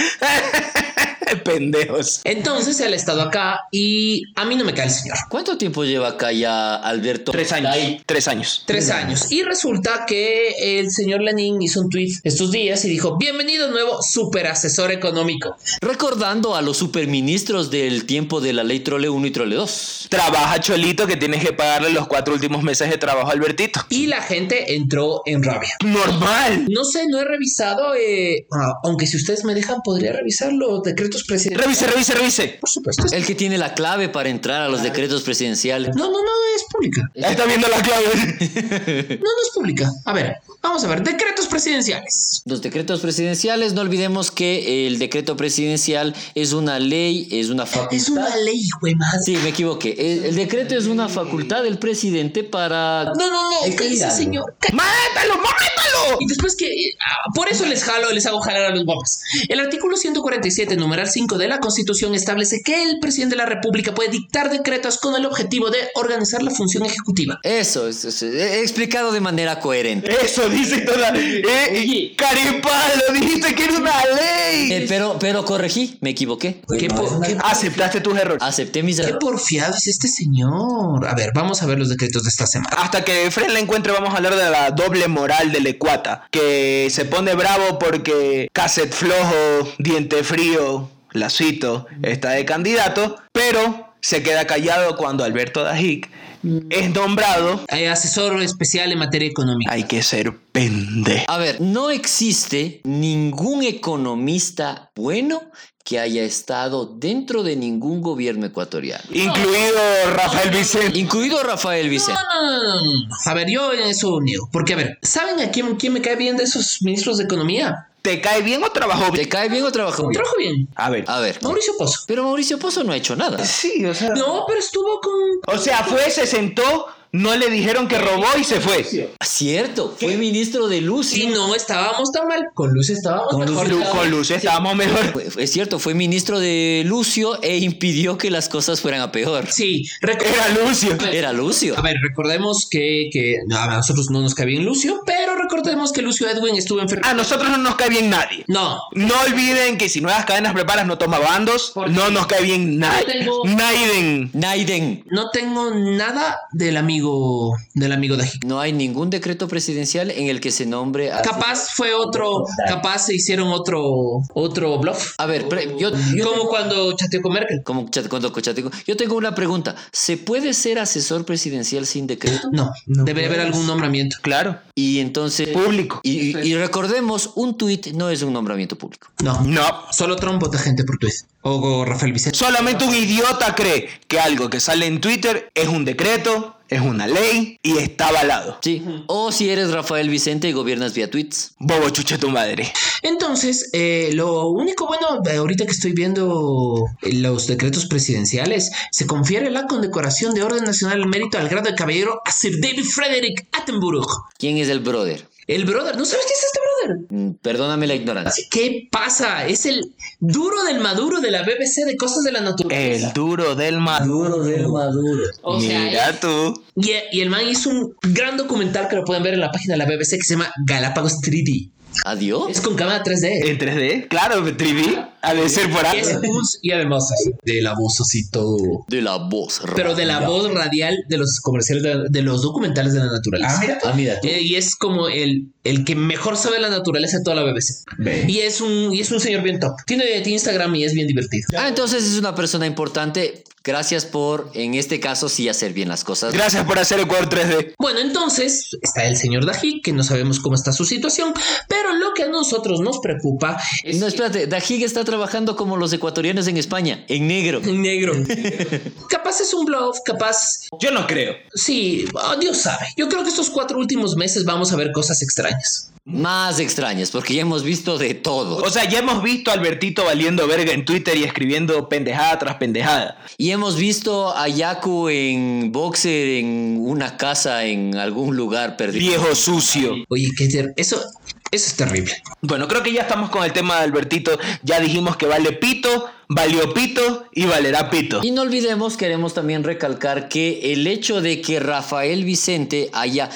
Speaker 5: Pendejos.
Speaker 6: Entonces, él ha estado acá y a mí no me cae el señor.
Speaker 3: ¿Cuánto tiempo lleva acá ya Alberto?
Speaker 5: Tres años. Tres años.
Speaker 6: Tres años. Y resulta que el señor Lenin hizo un tweet estos días y dijo: Bienvenido nuevo super asesor económico.
Speaker 3: Recordando a los superministros del tiempo de la ley Trole 1 y Trole 2.
Speaker 5: Trabaja Cholito que tienes que pagarle los cuatro últimos meses de trabajo a Albertito.
Speaker 6: Y la gente entró en rabia.
Speaker 5: Normal.
Speaker 6: No sé, no he revisado, eh, ah, aunque si ustedes me dejan, podría revisar los decretos presidenciales.
Speaker 5: Revise, revise, revise.
Speaker 6: Por supuesto.
Speaker 3: El que tiene la clave para entrar a los decretos presidenciales.
Speaker 6: No, no, no es pública.
Speaker 5: Está viendo la clave.
Speaker 6: No, no es pública. A ver, vamos a ver. Decretos presidenciales.
Speaker 3: Los decretos presidenciales, no olvidemos que el decreto presidencial es una ley, es una
Speaker 6: Es
Speaker 3: facultad.
Speaker 6: una ley, güey, más.
Speaker 3: Sí, me equivoqué. El, el decreto es una facultad del presidente para...
Speaker 6: No, no, no.
Speaker 7: Hay que
Speaker 6: cállese,
Speaker 7: ir algo.
Speaker 6: señor. cállese.
Speaker 5: ¡Mátalo, mátalo!
Speaker 6: Y después que... eh, ah, por eso les jalo, les hago jalar a los guapas. El artículo 147, numeral 5 de la Constitución establece que el presidente de la República puede dictar decretos con el objetivo de organizar la función ejecutiva.
Speaker 3: Eso, eso, eso, he explicado de manera coherente.
Speaker 5: Eso dice toda. Eh, Caripalo, dijiste que era una
Speaker 3: Eh,
Speaker 5: ley.
Speaker 3: pero, pero corregí, me equivoqué.
Speaker 6: ¿Qué,
Speaker 7: no,
Speaker 6: por-
Speaker 7: es una-
Speaker 6: qué-
Speaker 5: Aceptaste tus errores.
Speaker 3: Acepté mis
Speaker 6: qué
Speaker 3: errores.
Speaker 6: porfiado es este señor? A ver, vamos a ver los decretos de esta semana.
Speaker 5: Hasta que Fred la encuentre, vamos a hablar de la doble moral del Ecuata. Que se pone bravo porque cassette flojo, diente frío, lacito, está de candidato, pero se queda callado cuando Alberto Dajic es nombrado.
Speaker 6: Eh, asesor especial en materia económica.
Speaker 5: Hay que ser pende.
Speaker 3: A ver, no existe ningún economista bueno que haya estado dentro de ningún gobierno ecuatoriano.
Speaker 5: Incluido Rafael Vicente.
Speaker 3: Incluido Rafael Vicente.
Speaker 6: No, no, no, no, no. A ver, yo en eso niego. Porque, a ver, ¿saben a quién, quién me cae bien de esos ministros de economía?
Speaker 5: ¿Te cae bien o trabajó bien?
Speaker 3: ¿Te cae bien o trabajó bien?
Speaker 6: Trabajo bien.
Speaker 5: A ver.
Speaker 3: A ver.
Speaker 6: Mauricio Pozo.
Speaker 3: Pero Mauricio Pozo no ha hecho nada.
Speaker 5: Sí, o sea.
Speaker 6: No, pero estuvo con.
Speaker 5: O sea, fue, se sentó, no le dijeron que robó y se fue.
Speaker 3: Cierto, fue ministro de
Speaker 6: Si
Speaker 3: Lucio.
Speaker 6: no estábamos tan mal. Con Luz estábamos
Speaker 3: Con
Speaker 6: mejor.
Speaker 5: Lu- Con luz estábamos mejor.
Speaker 3: Fue- Es cierto, fue ministro de Lucio e impidió que las cosas fueran a peor.
Speaker 6: Sí, recu-
Speaker 5: Era Lucio.
Speaker 3: Era Lucio.
Speaker 6: A ver, recordemos que, que no, a nosotros no nos cae bien Lucio, pero recordemos que Lucio Edwin estuvo enfermo.
Speaker 5: A nosotros no nos cae bien nadie.
Speaker 6: No,
Speaker 5: No olviden que si nuevas cadenas preparas no toma bandos. No nos cae bien nadie.
Speaker 6: Tengo-
Speaker 5: Naiden.
Speaker 3: Naiden.
Speaker 6: no tengo nada del amigo del amigo de Ajic.
Speaker 3: No hay ningún decreto presidencial en el que se nombre
Speaker 5: Ah,
Speaker 3: a...
Speaker 6: Capaz fue otro, capaz se hicieron otro otro bluff.
Speaker 3: A ver, pre- yo, yo-
Speaker 6: Como cuando chateó con Merkel.
Speaker 3: como chat- cuando cochateco. Yo tengo una pregunta. ¿Se puede ser asesor presidencial sin decreto?
Speaker 6: No, debe haber algún nombramiento.
Speaker 5: Claro.
Speaker 3: Y entonces...
Speaker 5: Público.
Speaker 3: Y, y- y recordemos, un tuit no es un nombramiento público.
Speaker 6: No,
Speaker 5: No.
Speaker 6: solo Trump vota gente por Twitter. O, o Rafael Vicente.
Speaker 5: Solamente un idiota cree que algo que sale en Twitter es un decreto, es una ley y está avalado.
Speaker 3: Sí. O si eres Rafael Vicente y gobiernas vía tweets.
Speaker 5: Bobo chuche tu madre.
Speaker 6: Entonces, eh, lo único bueno, eh, ahorita que estoy viendo eh, los decretos presidenciales, se confiere la condecoración de Orden Nacional al Mérito al grado de caballero a Sir David Frederick Attenborough.
Speaker 3: ¿Quién es el brother?
Speaker 6: El brother, ¿no sabes qué es este brother?
Speaker 3: Mm, Perdóname la ignorancia.
Speaker 6: ¿Qué pasa? Es el duro del maduro de la BBC de cosas de la naturaleza.
Speaker 5: El duro del maduro.
Speaker 7: Maduro del Maduro.
Speaker 8: O sea,
Speaker 5: Mira tú.
Speaker 6: Y, y el man hizo un gran documental que lo pueden ver en la página de la BBC que se llama Galápagos 3D.
Speaker 3: ¿Adiós?
Speaker 6: Es con cámara 3D.
Speaker 5: En 3D. Claro, Trivi. A de ser por
Speaker 6: Y es
Speaker 5: algo.
Speaker 6: bus- y además así, del abuso así todo
Speaker 3: De la voz.
Speaker 6: pero de la voz radial de los comerciales de, de los documentales de la naturaleza.
Speaker 7: Ah, mira. Ah, mira. tú.
Speaker 6: Eh, y es como el, el que mejor sabe la naturaleza de toda la BBC.
Speaker 7: Ve.
Speaker 6: Y es un, y es un señor bien top. Tiene, tiene Instagram y es bien divertido.
Speaker 3: Ah, entonces es una persona importante. Gracias por, en este caso, sí hacer bien las cosas.
Speaker 5: Gracias por hacer Ecuador 3D.
Speaker 6: Bueno, entonces está el señor Dají, que no sabemos cómo está su situación, pero lo que a nosotros nos preocupa
Speaker 3: No, espérate, Dajig está trabajando como los ecuatorianos en España, en negro.
Speaker 6: negro. capaz es un bluff, capaz.
Speaker 5: Yo no creo.
Speaker 6: Sí, oh, Dios sabe. Yo creo que estos cuatro últimos meses vamos a ver cosas extrañas.
Speaker 3: Más extrañas, porque ya hemos visto de todo.
Speaker 5: O sea, ya hemos visto a Albertito valiendo verga en Twitter y escribiendo pendejada tras pendejada.
Speaker 3: Y hemos visto a Yaku en boxer, en una casa, en algún lugar perdido.
Speaker 5: Viejo sucio.
Speaker 6: Oye, qué ter- eso, eso es terrible.
Speaker 5: Bueno, creo que ya estamos con el tema de Albertito. Ya dijimos que vale pito, valió pito y valerá pito.
Speaker 3: Y no olvidemos, queremos también recalcar que el hecho de que Rafael Vicente haya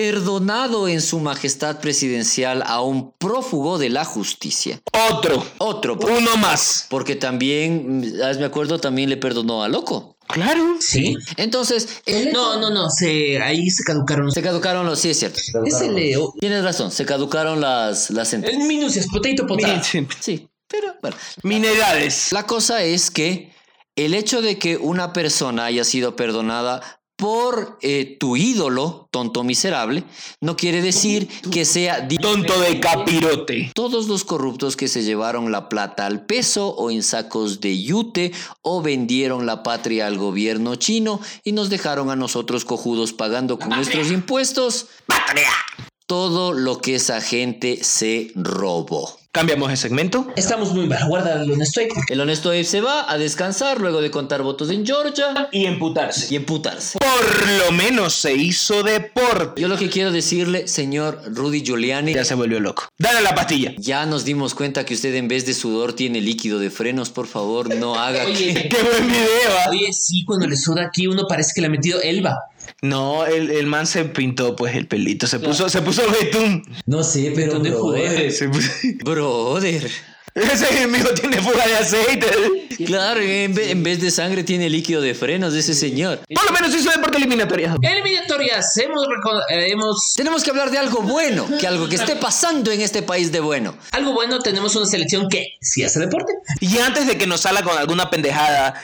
Speaker 3: perdonado en su majestad presidencial a un prófugo de la justicia.
Speaker 5: Otro.
Speaker 3: Otro, por-
Speaker 5: Uno más.
Speaker 3: porque también, mm, hazme acuerdo, también le perdonó a Loco.
Speaker 5: Claro.
Speaker 6: Sí.
Speaker 3: Entonces, eh, el hecho-
Speaker 6: No, no, no, se, ahí se caducaron.
Speaker 3: se caducaron los... Sí, es cierto.
Speaker 6: Es el Leo.
Speaker 3: Tienes razón, se caducaron las, las sentencias.
Speaker 6: Es minucias, potato, potato.
Speaker 3: Sí, pero bueno.
Speaker 5: Minerales.
Speaker 3: La cosa es que el hecho de que una persona haya sido perdonada por eh, tu ídolo, tonto miserable, no quiere decir que sea di-
Speaker 5: Tonto de capirote.
Speaker 3: todos los corruptos que se llevaron la plata al peso o en sacos de yute o vendieron la patria al gobierno chino y nos dejaron a nosotros cojudos pagando con nuestros impuestos todo lo que esa gente se robó.
Speaker 5: Cambiamos de segmento.
Speaker 6: Estamos muy mal, guárdalo en estoy.
Speaker 3: El honesto Abe se va a descansar luego de contar votos en Georgia
Speaker 5: Y emputarse.
Speaker 3: y emputarse.
Speaker 5: Por lo menos se hizo deporte.
Speaker 3: Yo lo que quiero decirle, señor Rudy Giuliani,
Speaker 5: Ya se volvió loco. Dale la pastilla.
Speaker 3: ya nos dimos cuenta que usted en vez de sudor tiene líquido de frenos, por favor, no haga que...
Speaker 5: Qué buen video. ¿ah?
Speaker 6: Oye, sí, cuando le suda aquí uno parece que le ha metido Elba.
Speaker 5: No, el, el man se pintó pues el pelito. Se puso, se puso betún.
Speaker 7: No sé, pero
Speaker 6: Entonces,
Speaker 7: bro,
Speaker 6: joder.
Speaker 5: Se puso-
Speaker 3: Brother.
Speaker 5: Ese enemigo tiene fuga de aceite.
Speaker 3: Claro, en, ve- en vez de sangre tiene líquido de frenos ese señor.
Speaker 5: Por lo menos hizo deporte eliminatoria.
Speaker 6: Eliminatorias, hemos, reco- eh, hemos-
Speaker 3: Tenemos que hablar de algo bueno, que algo que esté pasando en este país de bueno.
Speaker 6: Algo bueno, tenemos una selección que sí hace deporte.
Speaker 5: Y antes de que nos salga con alguna pendejada,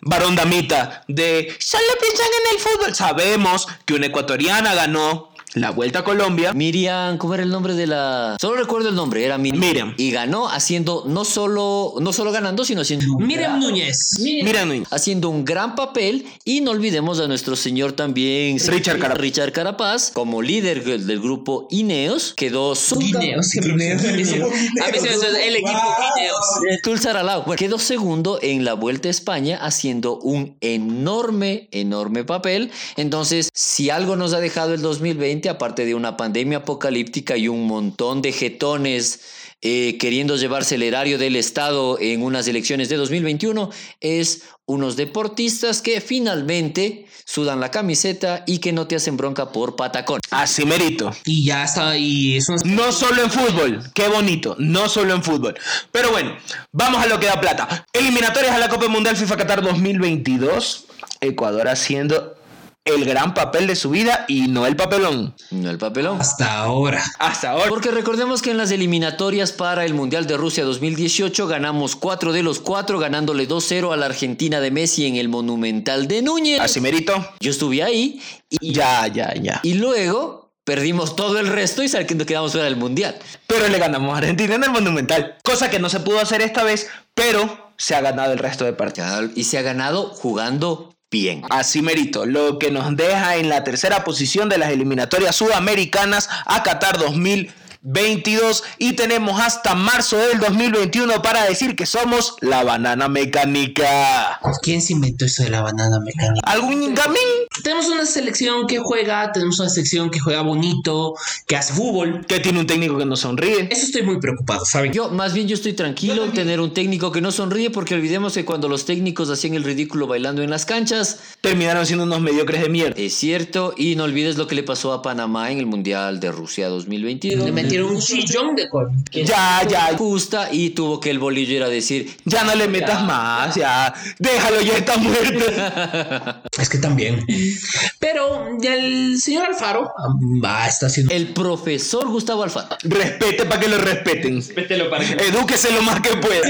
Speaker 5: varón damita, de solo piensan en el fútbol. Sabemos que una ecuatoriana ganó, la Vuelta a Colombia.
Speaker 3: Miriam, ¿cómo era el nombre de la...? Solo recuerdo el nombre, era Miriam.
Speaker 5: Miriam.
Speaker 3: Y ganó haciendo, no solo, no solo ganando, sino haciendo... un
Speaker 6: Miriam
Speaker 3: gran-
Speaker 6: Núñez.
Speaker 5: Mira, Núñez.
Speaker 3: Haciendo un gran papel y no olvidemos a nuestro señor también
Speaker 5: Richard Carapaz.
Speaker 3: Richard Carapaz, como líder del del grupo Ineos, quedó su
Speaker 6: Guineos. siempre me- A veces Ah, es el equipo Guineos.
Speaker 3: Eh, Tulsaralao. Bueno, pues. quedó segundo en la Vuelta a España haciendo un enorme, enorme papel. Entonces, si algo nos ha dejado el 2020, aparte de una pandemia apocalíptica y un montón de jetones eh, queriendo llevarse el erario del Estado en unas elecciones de 2021, es unos deportistas que finalmente sudan la camiseta y que no te hacen bronca por patacón.
Speaker 5: Así merito.
Speaker 6: Y ya está, y es una...
Speaker 5: No solo en fútbol, qué bonito, no solo en fútbol. Pero bueno, vamos a lo que da plata. Eliminatorias a la Copa Mundial FIFA Qatar 2022. Ecuador haciendo el gran papel de su vida y no el papelón.
Speaker 3: No el papelón.
Speaker 6: Hasta ahora.
Speaker 5: Hasta ahora.
Speaker 3: Porque recordemos que en las eliminatorias para el Mundial de Rusia 2018 ganamos 4 de los 4, ganándole 2-0 a la Argentina de Messi en el Monumental de Núñez.
Speaker 5: Así merito.
Speaker 3: Yo estuve ahí y,
Speaker 5: Ya, ya, ya.
Speaker 3: y luego perdimos todo el resto y saliendo quedamos fuera del Mundial.
Speaker 5: Pero le ganamos a Argentina en el Monumental. Cosa que no se pudo hacer esta vez, pero se ha ganado el resto de partidos.
Speaker 3: Ya, Y se ha ganado jugando bien.
Speaker 5: Así merito, lo que nos deja en la tercera posición de las eliminatorias sudamericanas a Qatar 2022 y tenemos hasta marzo del 2021 para decir que somos la banana mecánica.
Speaker 6: ¿Quién se inventó eso de la banana mecánica?
Speaker 5: ¿Algún gamín?
Speaker 6: Tenemos una selección que juega, tenemos una selección que juega bonito, que hace fútbol.
Speaker 5: Que tiene un técnico que no sonríe.
Speaker 6: Eso estoy muy preocupado, ¿saben?
Speaker 3: Yo, más bien, yo estoy tranquilo en tener un técnico que no sonríe porque olvidemos que cuando los técnicos hacían el ridículo bailando en las canchas,
Speaker 5: Terminaron siendo unos mediocres de mierda.
Speaker 3: Es cierto, y no olvides lo que le pasó a Panamá en el Mundial de Rusia 2022.
Speaker 6: Le metieron un chillón de col.
Speaker 5: Ya, ya,
Speaker 3: Justa y tuvo que el bolillo era decir,
Speaker 5: ya no le metas más, ya. Déjalo, ya está muerto.
Speaker 6: Es que también. Pero ya el señor Alfaro mm, ah, está haciendo.
Speaker 3: el profesor Gustavo Alfaro,
Speaker 5: Respete para que lo respeten.
Speaker 8: Vételo para que
Speaker 5: Edúquese lo más que pueda.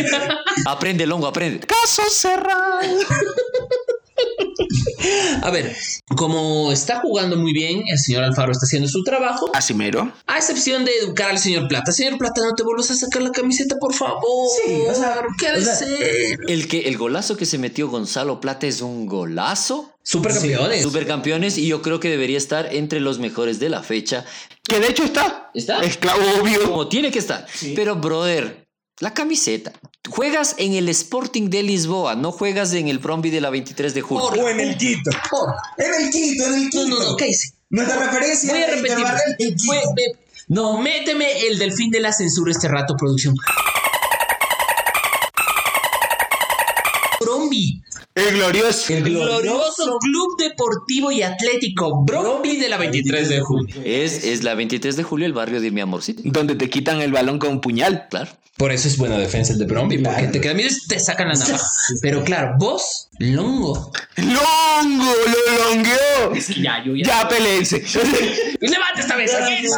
Speaker 3: aprende longo, aprende.
Speaker 5: Caso cerrado.
Speaker 6: A ver, como está jugando muy bien, el señor Alfaro está haciendo su trabajo.
Speaker 5: Así mero.
Speaker 6: A excepción de educar al señor Plata. Señor Plata, no te vuelvas a sacar la camiseta, por favor.
Speaker 7: Sí, o sea,
Speaker 6: ¿qué ha de
Speaker 7: o sea-
Speaker 6: ser?
Speaker 3: El que el golazo que se metió Gonzalo Plata es un golazo.
Speaker 6: Supercampeones.
Speaker 3: Supercampeones y yo creo que debería estar entre los mejores de la fecha,
Speaker 5: Que de hecho está.
Speaker 3: ¿Está?
Speaker 5: Es claro, obvio.
Speaker 3: como tiene que estar. Pero brother, la camiseta. Juegas en el Sporting de Lisboa, no juegas en el Bromby de la 23 de julio.
Speaker 6: Por-
Speaker 12: O en el Quito.
Speaker 6: por-
Speaker 12: En el Quito, en el
Speaker 6: No,
Speaker 12: Quito.
Speaker 6: no, no, ¿qué hice?
Speaker 12: Nuestra referencia
Speaker 6: Voy a
Speaker 12: es el
Speaker 6: repetir.
Speaker 12: intervalo del Quito.
Speaker 6: Voy- ve- no, méteme el delfín de la censura este rato, producción. Bromby,
Speaker 5: Es glorioso.
Speaker 6: el glorioso Club Deportivo y Atlético Bromby de la 23 de junio.
Speaker 3: Es, es la 23 de julio el barrio de mi amorcito.
Speaker 5: Donde te quitan el balón con un puñal.
Speaker 3: Claro.
Speaker 6: Por eso es buena defensa el de Bromby, porque
Speaker 12: Claro.
Speaker 6: te queda miedo y te sacan la navaja. Pero claro, vos, Longo.
Speaker 5: ¡Longo! ¡Lo longueó!
Speaker 8: ya, yo ya.
Speaker 5: Ya peleense.
Speaker 6: Y levanta esta mesa. ¿qué es?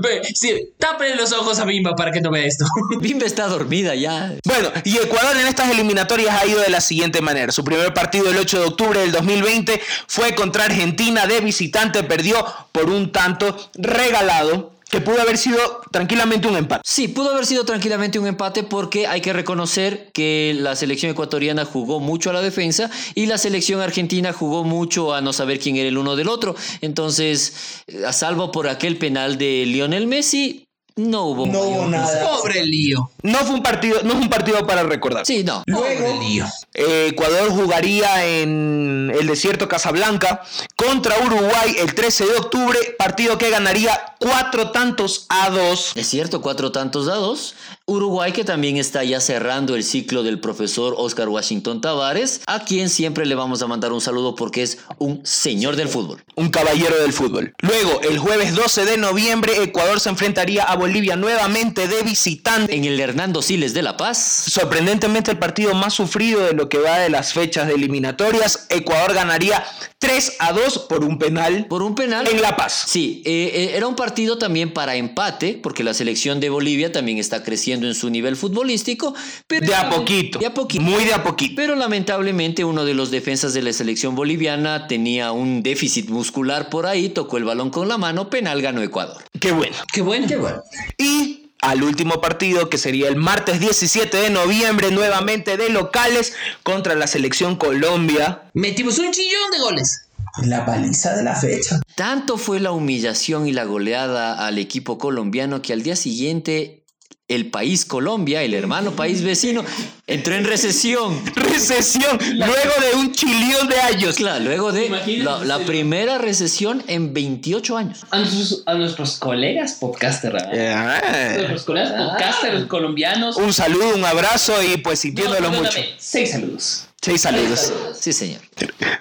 Speaker 6: Ve, Sí, tápenle los ojos a Bimba para que no vea esto.
Speaker 3: Bimba está dormida ya.
Speaker 5: Bueno, y Ecuador en estas eliminatorias ha ido de la siguiente manera. Su primer partido el 8 de octubre del 2020 fue contra Argentina de visitante. Perdió por un tanto regalado que pudo haber sido tranquilamente un empate.
Speaker 3: Sí, pudo haber sido tranquilamente un empate porque hay que reconocer que la selección ecuatoriana jugó mucho a la defensa y la selección argentina jugó mucho a no saber quién era el uno del otro. Entonces, eh, a salvo por aquel penal de Lionel Messi, no hubo.
Speaker 12: No hubo
Speaker 3: mayor-
Speaker 12: nada.
Speaker 6: Pobre lío.
Speaker 5: No fue un partido, no es un partido para recordar.
Speaker 3: Sí, no.
Speaker 6: Pobre lío.
Speaker 5: Eh, Ecuador jugaría en el desierto Casablanca contra Uruguay el 13 de octubre, partido que ganaría cuatro tantos a dos.
Speaker 3: Es cierto, cuatro tantos dados. Uruguay que también está ya cerrando el ciclo del profesor Oscar Washington Tavares, a quien siempre le vamos a mandar un saludo porque es un señor del fútbol.
Speaker 5: Un caballero del fútbol. Luego, el jueves 12 de noviembre, Ecuador se enfrentaría a Bolivia nuevamente de visitante.
Speaker 3: En el Hernando Siles de La Paz.
Speaker 5: Sorprendentemente, el partido más sufrido de lo que va de las fechas de eliminatorias, Ecuador ganaría 3 a 2 por un penal
Speaker 3: Por un penal.
Speaker 5: en La Paz.
Speaker 3: Sí, eh, eh, era un partido también para empate, porque la selección de Bolivia también está creciendo creciendo en su nivel futbolístico. Pero
Speaker 5: De a poquito.
Speaker 3: De a poquito.
Speaker 5: Muy de a poquito.
Speaker 3: Pero lamentablemente uno de los defensas de la selección boliviana tenía un déficit muscular por ahí, tocó el balón con la mano, penal ganó Ecuador.
Speaker 5: Qué bueno.
Speaker 6: Qué bueno.
Speaker 7: Qué bueno.
Speaker 5: Y al último partido, que sería el martes 17 de noviembre, nuevamente de locales contra la selección Colombia.
Speaker 6: Metimos un chillón de goles.
Speaker 7: La paliza de la fecha.
Speaker 3: Tanto fue la humillación y la goleada al equipo colombiano que al día siguiente el país Colombia, el hermano país vecino, entró en recesión.
Speaker 5: Recesión, luego de un chilión de años.
Speaker 3: Claro, luego de
Speaker 8: Imagínense.
Speaker 3: la, la primera recesión en 28 años.
Speaker 8: A nuestros, a nuestros colegas podcaster, ¿verdad? A
Speaker 5: Eh,
Speaker 8: nuestros colegas podcasters colombianos.
Speaker 5: Un saludo, un abrazo y pues sintiéndolo
Speaker 8: No,
Speaker 5: mucho.
Speaker 8: perdóname, Seis saludos.
Speaker 5: Seis saludos.
Speaker 3: Sí, señor.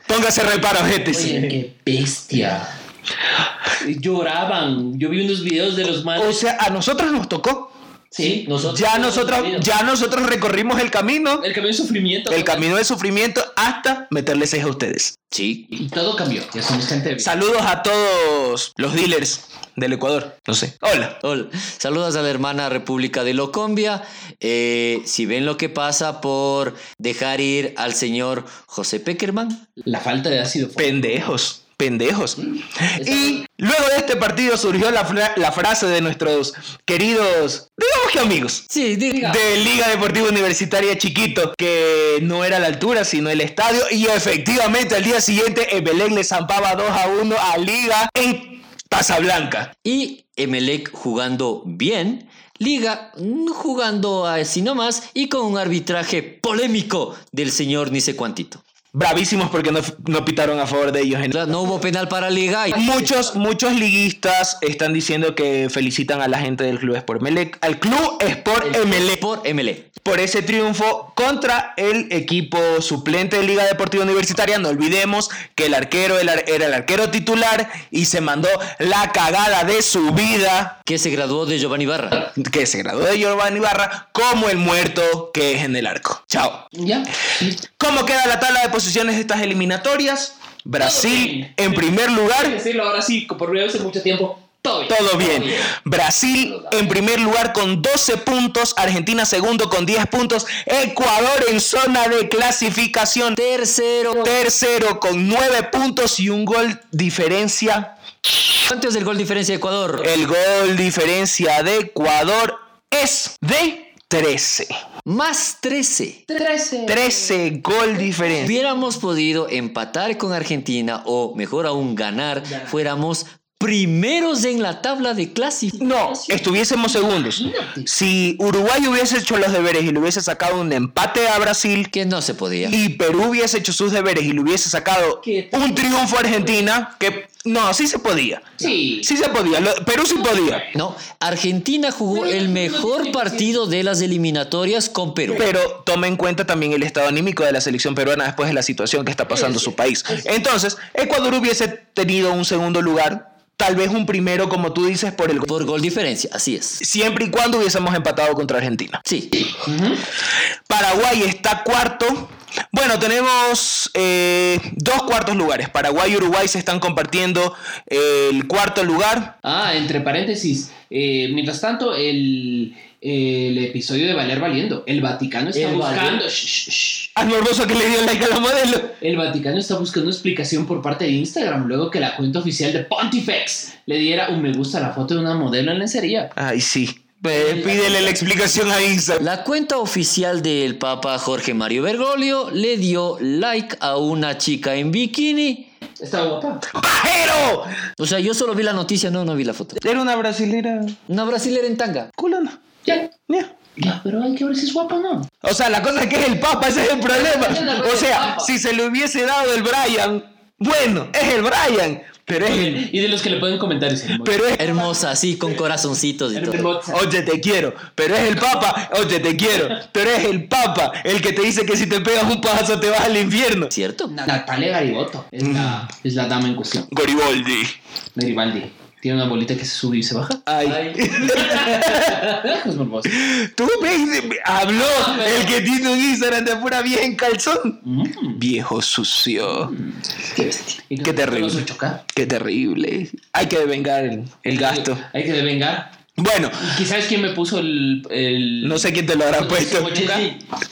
Speaker 5: Póngase reparo, gente.
Speaker 8: Oye, qué bestia. Lloraban. Yo vi unos videos de los
Speaker 5: O
Speaker 8: manos.
Speaker 5: sea, a nosotros nos tocó.
Speaker 8: Sí, nosotros.
Speaker 5: Ya nosotros, ya nosotros recorrimos el camino,
Speaker 8: El camino de sufrimiento.
Speaker 5: el camino del sufrimiento hasta meterle seis a ustedes.
Speaker 3: Sí.
Speaker 8: Y todo cambió. Ya somos gente de bien.
Speaker 5: Saludos a todos los dealers del Ecuador. No sé. Hola.
Speaker 3: Hola. Saludos a la hermana República de Locombia. Eh, si ven lo que pasa por dejar ir al señor José Peckerman,
Speaker 8: La falta de ácido. fólico.
Speaker 5: Pendejos. Pendejos. Y luego de este partido surgió la, fra- la frase de nuestros queridos, digamos que amigos,
Speaker 3: sí, diga.
Speaker 5: de Liga Deportiva Universitaria Chiquito, que no era la altura, sino el estadio. Y efectivamente, al día siguiente, Emelec le zampaba 2 a 1 a Liga en Casablanca.
Speaker 3: Y Emelec jugando bien, Liga mm, jugando así nomás y con un arbitraje polémico del señor ni sé cuantito.
Speaker 5: Bravísimos porque no, no pitaron a favor de ellos en
Speaker 3: Claro, No hubo penal para Liga. y-
Speaker 5: Muchos, muchos liguistas están diciendo que felicitan a la gente del Club Sport Emelec, al Club Sport Emelec
Speaker 3: Por Emelec.
Speaker 5: por ese triunfo contra el equipo suplente de Liga Deportiva Universitaria. No olvidemos que el arquero el ar- era el arquero titular y se mandó la cagada de su vida,
Speaker 3: que se graduó de Giovanni Barra.
Speaker 5: que se graduó de Giovanni Barra, como el muerto que es en el arco. Chao.
Speaker 8: Ya. Sí.
Speaker 5: ¿Cómo queda la tabla de posiciones de estas eliminatorias? Brasil en primer
Speaker 8: Hay que
Speaker 5: lugar.
Speaker 8: decirlo ahora sí, por primera vez en mucho tiempo. Todo bien.
Speaker 5: Todo bien. Brasil en primer lugar con 12 puntos, Argentina segundo con 10 puntos, Ecuador en zona de clasificación,
Speaker 3: Tercero.
Speaker 5: tercero con 9 puntos y un gol diferencia.
Speaker 3: ¿Cuánto es el gol diferencia de Ecuador?
Speaker 5: El gol diferencia de Ecuador es de 13.
Speaker 3: Más 13.
Speaker 5: 13 gol diferencia.
Speaker 3: Hubiéramos podido empatar con Argentina o mejor aún ganar, fuéramos primeros en la tabla de clasificación.
Speaker 5: No, estuviésemos segundos. Si Uruguay hubiese hecho los deberes y le hubiese sacado un empate a Brasil,
Speaker 3: Que no se podía.
Speaker 5: y Perú hubiese hecho sus deberes y le hubiese sacado
Speaker 8: ¿Qué tal?
Speaker 5: un triunfo a Argentina, que no, sí se podía.
Speaker 8: Sí.
Speaker 5: Sí se podía. Lo- Perú sí podía.
Speaker 3: No, Argentina jugó el mejor partido de las eliminatorias con Perú.
Speaker 5: Pero toma en cuenta también el estado anímico de la selección peruana después de la situación que está pasando su país. Entonces, Ecuador hubiese tenido un segundo lugar, tal vez un primero, como tú dices, por el
Speaker 3: Por gol diferencia, así es.
Speaker 5: siempre y cuando hubiésemos empatado contra Argentina.
Speaker 3: Sí,
Speaker 5: Paraguay está cuarto. Bueno, tenemos eh, dos cuartos lugares. Paraguay y Uruguay se están compartiendo eh, el cuarto lugar.
Speaker 8: Ah, entre paréntesis. eh, mientras tanto, el, el episodio de Valer Valiendo. El Vaticano está
Speaker 7: El Valer-
Speaker 8: buscando. Shh, shh, shh.
Speaker 5: al morboso que le dio like a la modelo.
Speaker 8: El Vaticano está buscando explicación por parte de Instagram luego que la cuenta oficial de Pontifex le diera un me gusta a la foto de una modelo en lencería.
Speaker 5: Ay, sí. Eh, pídele la explicación a Instagram.
Speaker 3: La cuenta oficial del Papa Jorge Mario Bergoglio le dio like a una chica en bikini.
Speaker 8: Está guapa.
Speaker 5: ¡Pajero!
Speaker 3: O sea, yo solo vi la noticia, no, no vi la foto.
Speaker 5: Era una brasilera
Speaker 3: Una brasilera en tanga.
Speaker 5: culona.
Speaker 8: Ya.
Speaker 5: Ya.
Speaker 8: Ya, pero hay que ver si es guapa o no.
Speaker 5: O sea, la cosa es que es el Papa, ese es el problema. O sea, si se le hubiese dado el Brian, bueno, es el Brian, pero es el.
Speaker 8: Y de los que le pueden comentar ese hermoso.
Speaker 5: Pero es.
Speaker 3: Hermosa, sí, con corazoncitos y todo.
Speaker 8: Hermosa.
Speaker 5: Oye, te quiero, pero es el Papa. Oye, te quiero, pero es el Papa el que te dice que si te pegas un pajazo te vas al infierno.
Speaker 3: ¿Cierto?
Speaker 8: Natalia Gariboto es la, es la dama en cuestión.
Speaker 5: Goribaldi.
Speaker 8: Garibaldi. Tiene una bolita que se sube y se baja.
Speaker 5: Ay.
Speaker 8: Es morboso.
Speaker 5: Tú ves, habló el que tiene un Instagram de pura vieja en calzón. Viejo sucio.
Speaker 8: Y
Speaker 5: Qué
Speaker 8: con- con
Speaker 5: terrible.
Speaker 8: los ocho K.
Speaker 5: Qué terrible. Hay que devengar el, el gasto.
Speaker 8: Hay que devengar
Speaker 5: Bueno.
Speaker 8: ¿Y sabes quién me puso el, el-
Speaker 5: No sé quién te lo habrá
Speaker 8: el-
Speaker 5: puesto.
Speaker 8: Mochuca?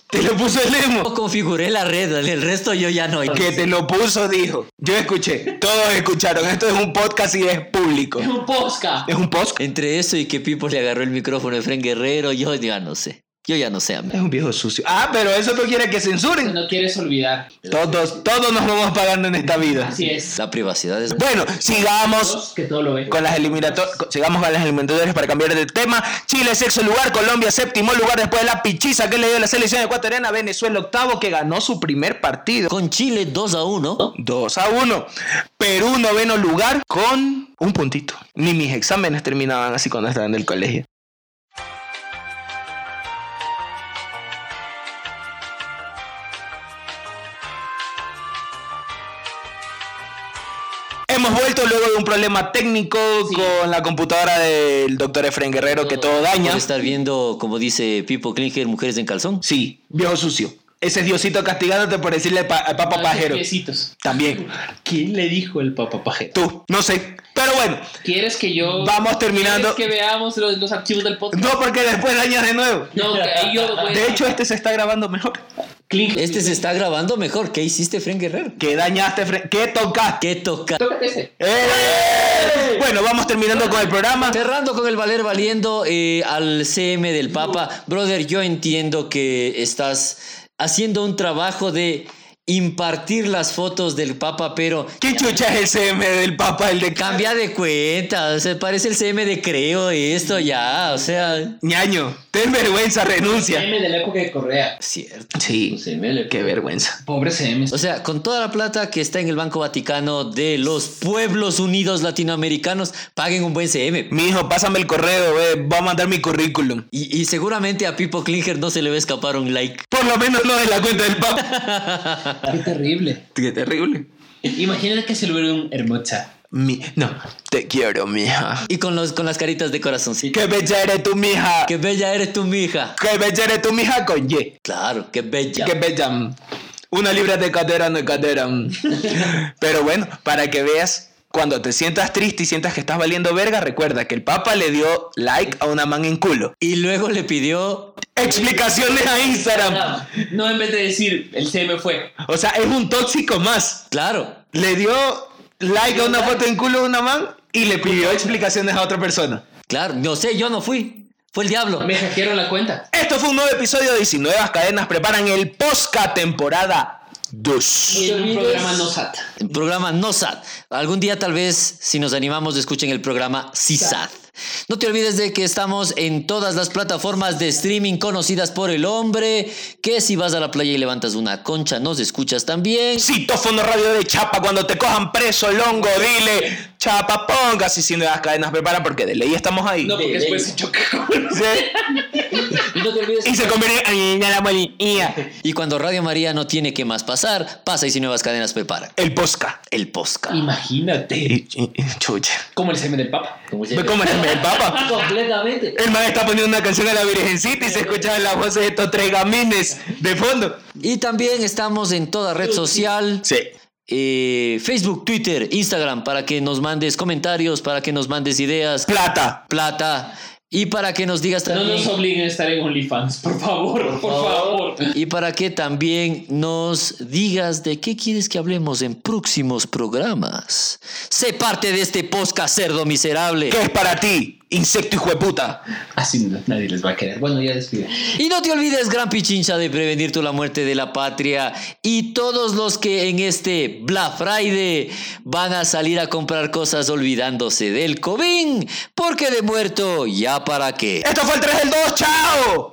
Speaker 5: Te lo puso el emo.
Speaker 3: configuré la red, el resto yo ya no.
Speaker 5: Que te lo puso, dijo. Yo escuché. Todos escucharon. Esto es un podcast y es público.
Speaker 8: Es un posca.
Speaker 5: Es un post.
Speaker 3: Entre eso y que Pipo le agarró el micrófono a Efren Guerrero, yo ya no sé. Yo ya no sé, amigo.
Speaker 5: Es un viejo sucio. Ah, pero eso tú quieres que censuren.
Speaker 8: No quieres olvidar.
Speaker 5: Todos, todos nos vamos pagando en esta vida.
Speaker 8: Así es.
Speaker 3: La privacidad es...
Speaker 5: Bueno, sigamos
Speaker 8: Que todo lo ve.
Speaker 5: con las eliminatorias. Sigamos con las eliminatorias para cambiar de tema. Chile, sexto lugar. Colombia, séptimo lugar. Después de la pichiza que le dio la selección ecuatoriana. Venezuela, octavo, que ganó su primer partido.
Speaker 3: Con Chile 2 a 1.
Speaker 5: 2 a 1. Perú, noveno lugar, con un puntito. Ni mis exámenes terminaban así cuando estaba en el colegio. Hemos vuelto luego de un problema técnico con la computadora del doctor Efren Guerrero que todo daña.
Speaker 3: Por estar viendo, como dice Pipo Klinger, mujeres en calzón.
Speaker 5: Sí, viejo sucio. Ese es Diosito castigándote por decirle pa- al papá pajero.
Speaker 8: Piecitos.
Speaker 5: También.
Speaker 8: ¿Quién le dijo el papá pajero?
Speaker 5: Tú, no sé. Pero bueno,
Speaker 8: ¿Quieres que yo.
Speaker 5: Vamos terminando.
Speaker 8: ¿Quieres que veamos los, los archivos del podcast?
Speaker 5: No, porque después dañas de nuevo.
Speaker 8: No, que ahí yo. voy a-
Speaker 5: De hecho, este se está grabando mejor.
Speaker 8: Clink.
Speaker 3: Este se está grabando mejor. ¿Qué hiciste, Efren Guerrero?
Speaker 5: Que dañaste, Fre- que tocaste.
Speaker 3: ¿Qué toca?
Speaker 8: Tócate este.
Speaker 5: ¡Eh! Bueno, vamos terminando con el programa.
Speaker 3: Cerrando con el Valer Valiendo eh, al CM del Papa, brother, yo entiendo que estás haciendo un trabajo de impartir las fotos del Papa, pero
Speaker 5: ¿Qué chucha es el CM del Papa, el de cambia?
Speaker 3: cambia de cuenta, o sea, parece el CM de Creo esto ya, o sea,
Speaker 5: Ñaño, ten vergüenza, renuncia.
Speaker 8: CM de la época de Correa.
Speaker 3: cierto.
Speaker 5: Sí,
Speaker 8: CM de la época.
Speaker 5: qué vergüenza.
Speaker 8: Pobre CM.
Speaker 3: O sea, con toda la plata que está en el Banco Vaticano de los Pueblos Unidos Latinoamericanos, paguen un buen CM.
Speaker 5: Mi hijo, pásame el correo, eh, voy a mandar mi currículum.
Speaker 3: Y, y seguramente a Pipo Klinger no se le va a escapar un like.
Speaker 5: Por lo menos no de la cuenta del Papa.
Speaker 8: Qué terrible.
Speaker 5: Qué terrible.
Speaker 8: Imagínate que se lo hubiera un hermosa.
Speaker 5: Mi, no, te quiero, mija.
Speaker 3: Y con, los, con las caritas de corazoncito.
Speaker 5: Qué bella eres tú, mija.
Speaker 3: ¡Qué bella eres tú, mija!
Speaker 5: Qué bella eres tú, mija, con Y.
Speaker 3: Claro, qué bella.
Speaker 5: que pesan una libra de cadera no es cadera. mm. Pero bueno, para que veas, cuando te sientas triste y sientas que estás valiendo verga, recuerda que el Papa le dio like a una man en culo.
Speaker 3: Y luego le pidió.
Speaker 5: Explicaciones a Instagram.
Speaker 8: No, en vez de decir el CM fue.
Speaker 5: O sea, es un tóxico más.
Speaker 3: Claro.
Speaker 5: Le dio like a una foto en culo de una man y le pidió explicaciones a otra persona.
Speaker 3: Claro, no sé, yo no fui. Fue el diablo.
Speaker 8: Me hackearon la cuenta.
Speaker 5: Esto fue un nuevo episodio de 19 cadenas preparan el Posca temporada 2.
Speaker 8: Y en un programa no SAT.
Speaker 3: El programa No Sad. Algún día, tal vez, si nos animamos, escuchen el programa Sí Sad. No te olvides de que estamos en todas las plataformas de streaming conocidas por el hombre. Que si vas a la playa y levantas una concha, nos escuchas también.
Speaker 5: Citófono Radio de Chapa, cuando te cojan preso, longo, dile, Chapa, pongas y si nuevas cadenas prepara, porque de ley estamos ahí.
Speaker 8: No, porque después se choca con
Speaker 5: Sí.
Speaker 8: Y no te olvides.
Speaker 5: Y se convierte en la molinía.
Speaker 3: Y cuando Radio María no tiene que más pasar, pasa y si nuevas cadenas preparan.
Speaker 5: El posca.
Speaker 3: El posca.
Speaker 8: Imagínate.
Speaker 5: Y- y- y- Chucha.
Speaker 8: Como el CM del Papa.
Speaker 3: Como se
Speaker 5: Ve cómo era el papa.
Speaker 8: Completamente.
Speaker 5: El man está poniendo una canción a la Virgencita y se escuchan las voces de estos tres gamines de fondo.
Speaker 3: Y también estamos en toda red social.
Speaker 5: Sí.
Speaker 3: eh, Facebook, Twitter, Instagram, para que nos mandes comentarios, para que nos mandes ideas,
Speaker 5: Plata.
Speaker 3: plata, y para que nos digas
Speaker 8: No
Speaker 3: también...
Speaker 8: nos obliguen a estar en OnlyFans, por favor, por favor.
Speaker 3: y para que también nos digas de qué quieres que hablemos en próximos programas. Sé parte de este podcast, cerdo miserable.
Speaker 5: ¿Qué es para ti, insecto hijo de puta?
Speaker 8: Así no- nadie les va a querer. Bueno, ya despide.
Speaker 3: Y no te olvides, gran pichincha, de prevenir tú la muerte de la patria. Y todos los que en este Black Friday van a salir a comprar cosas olvidándose del COVID, porque de muerto, ¿ya para qué?
Speaker 5: Esto fue el 3 del 2, chao.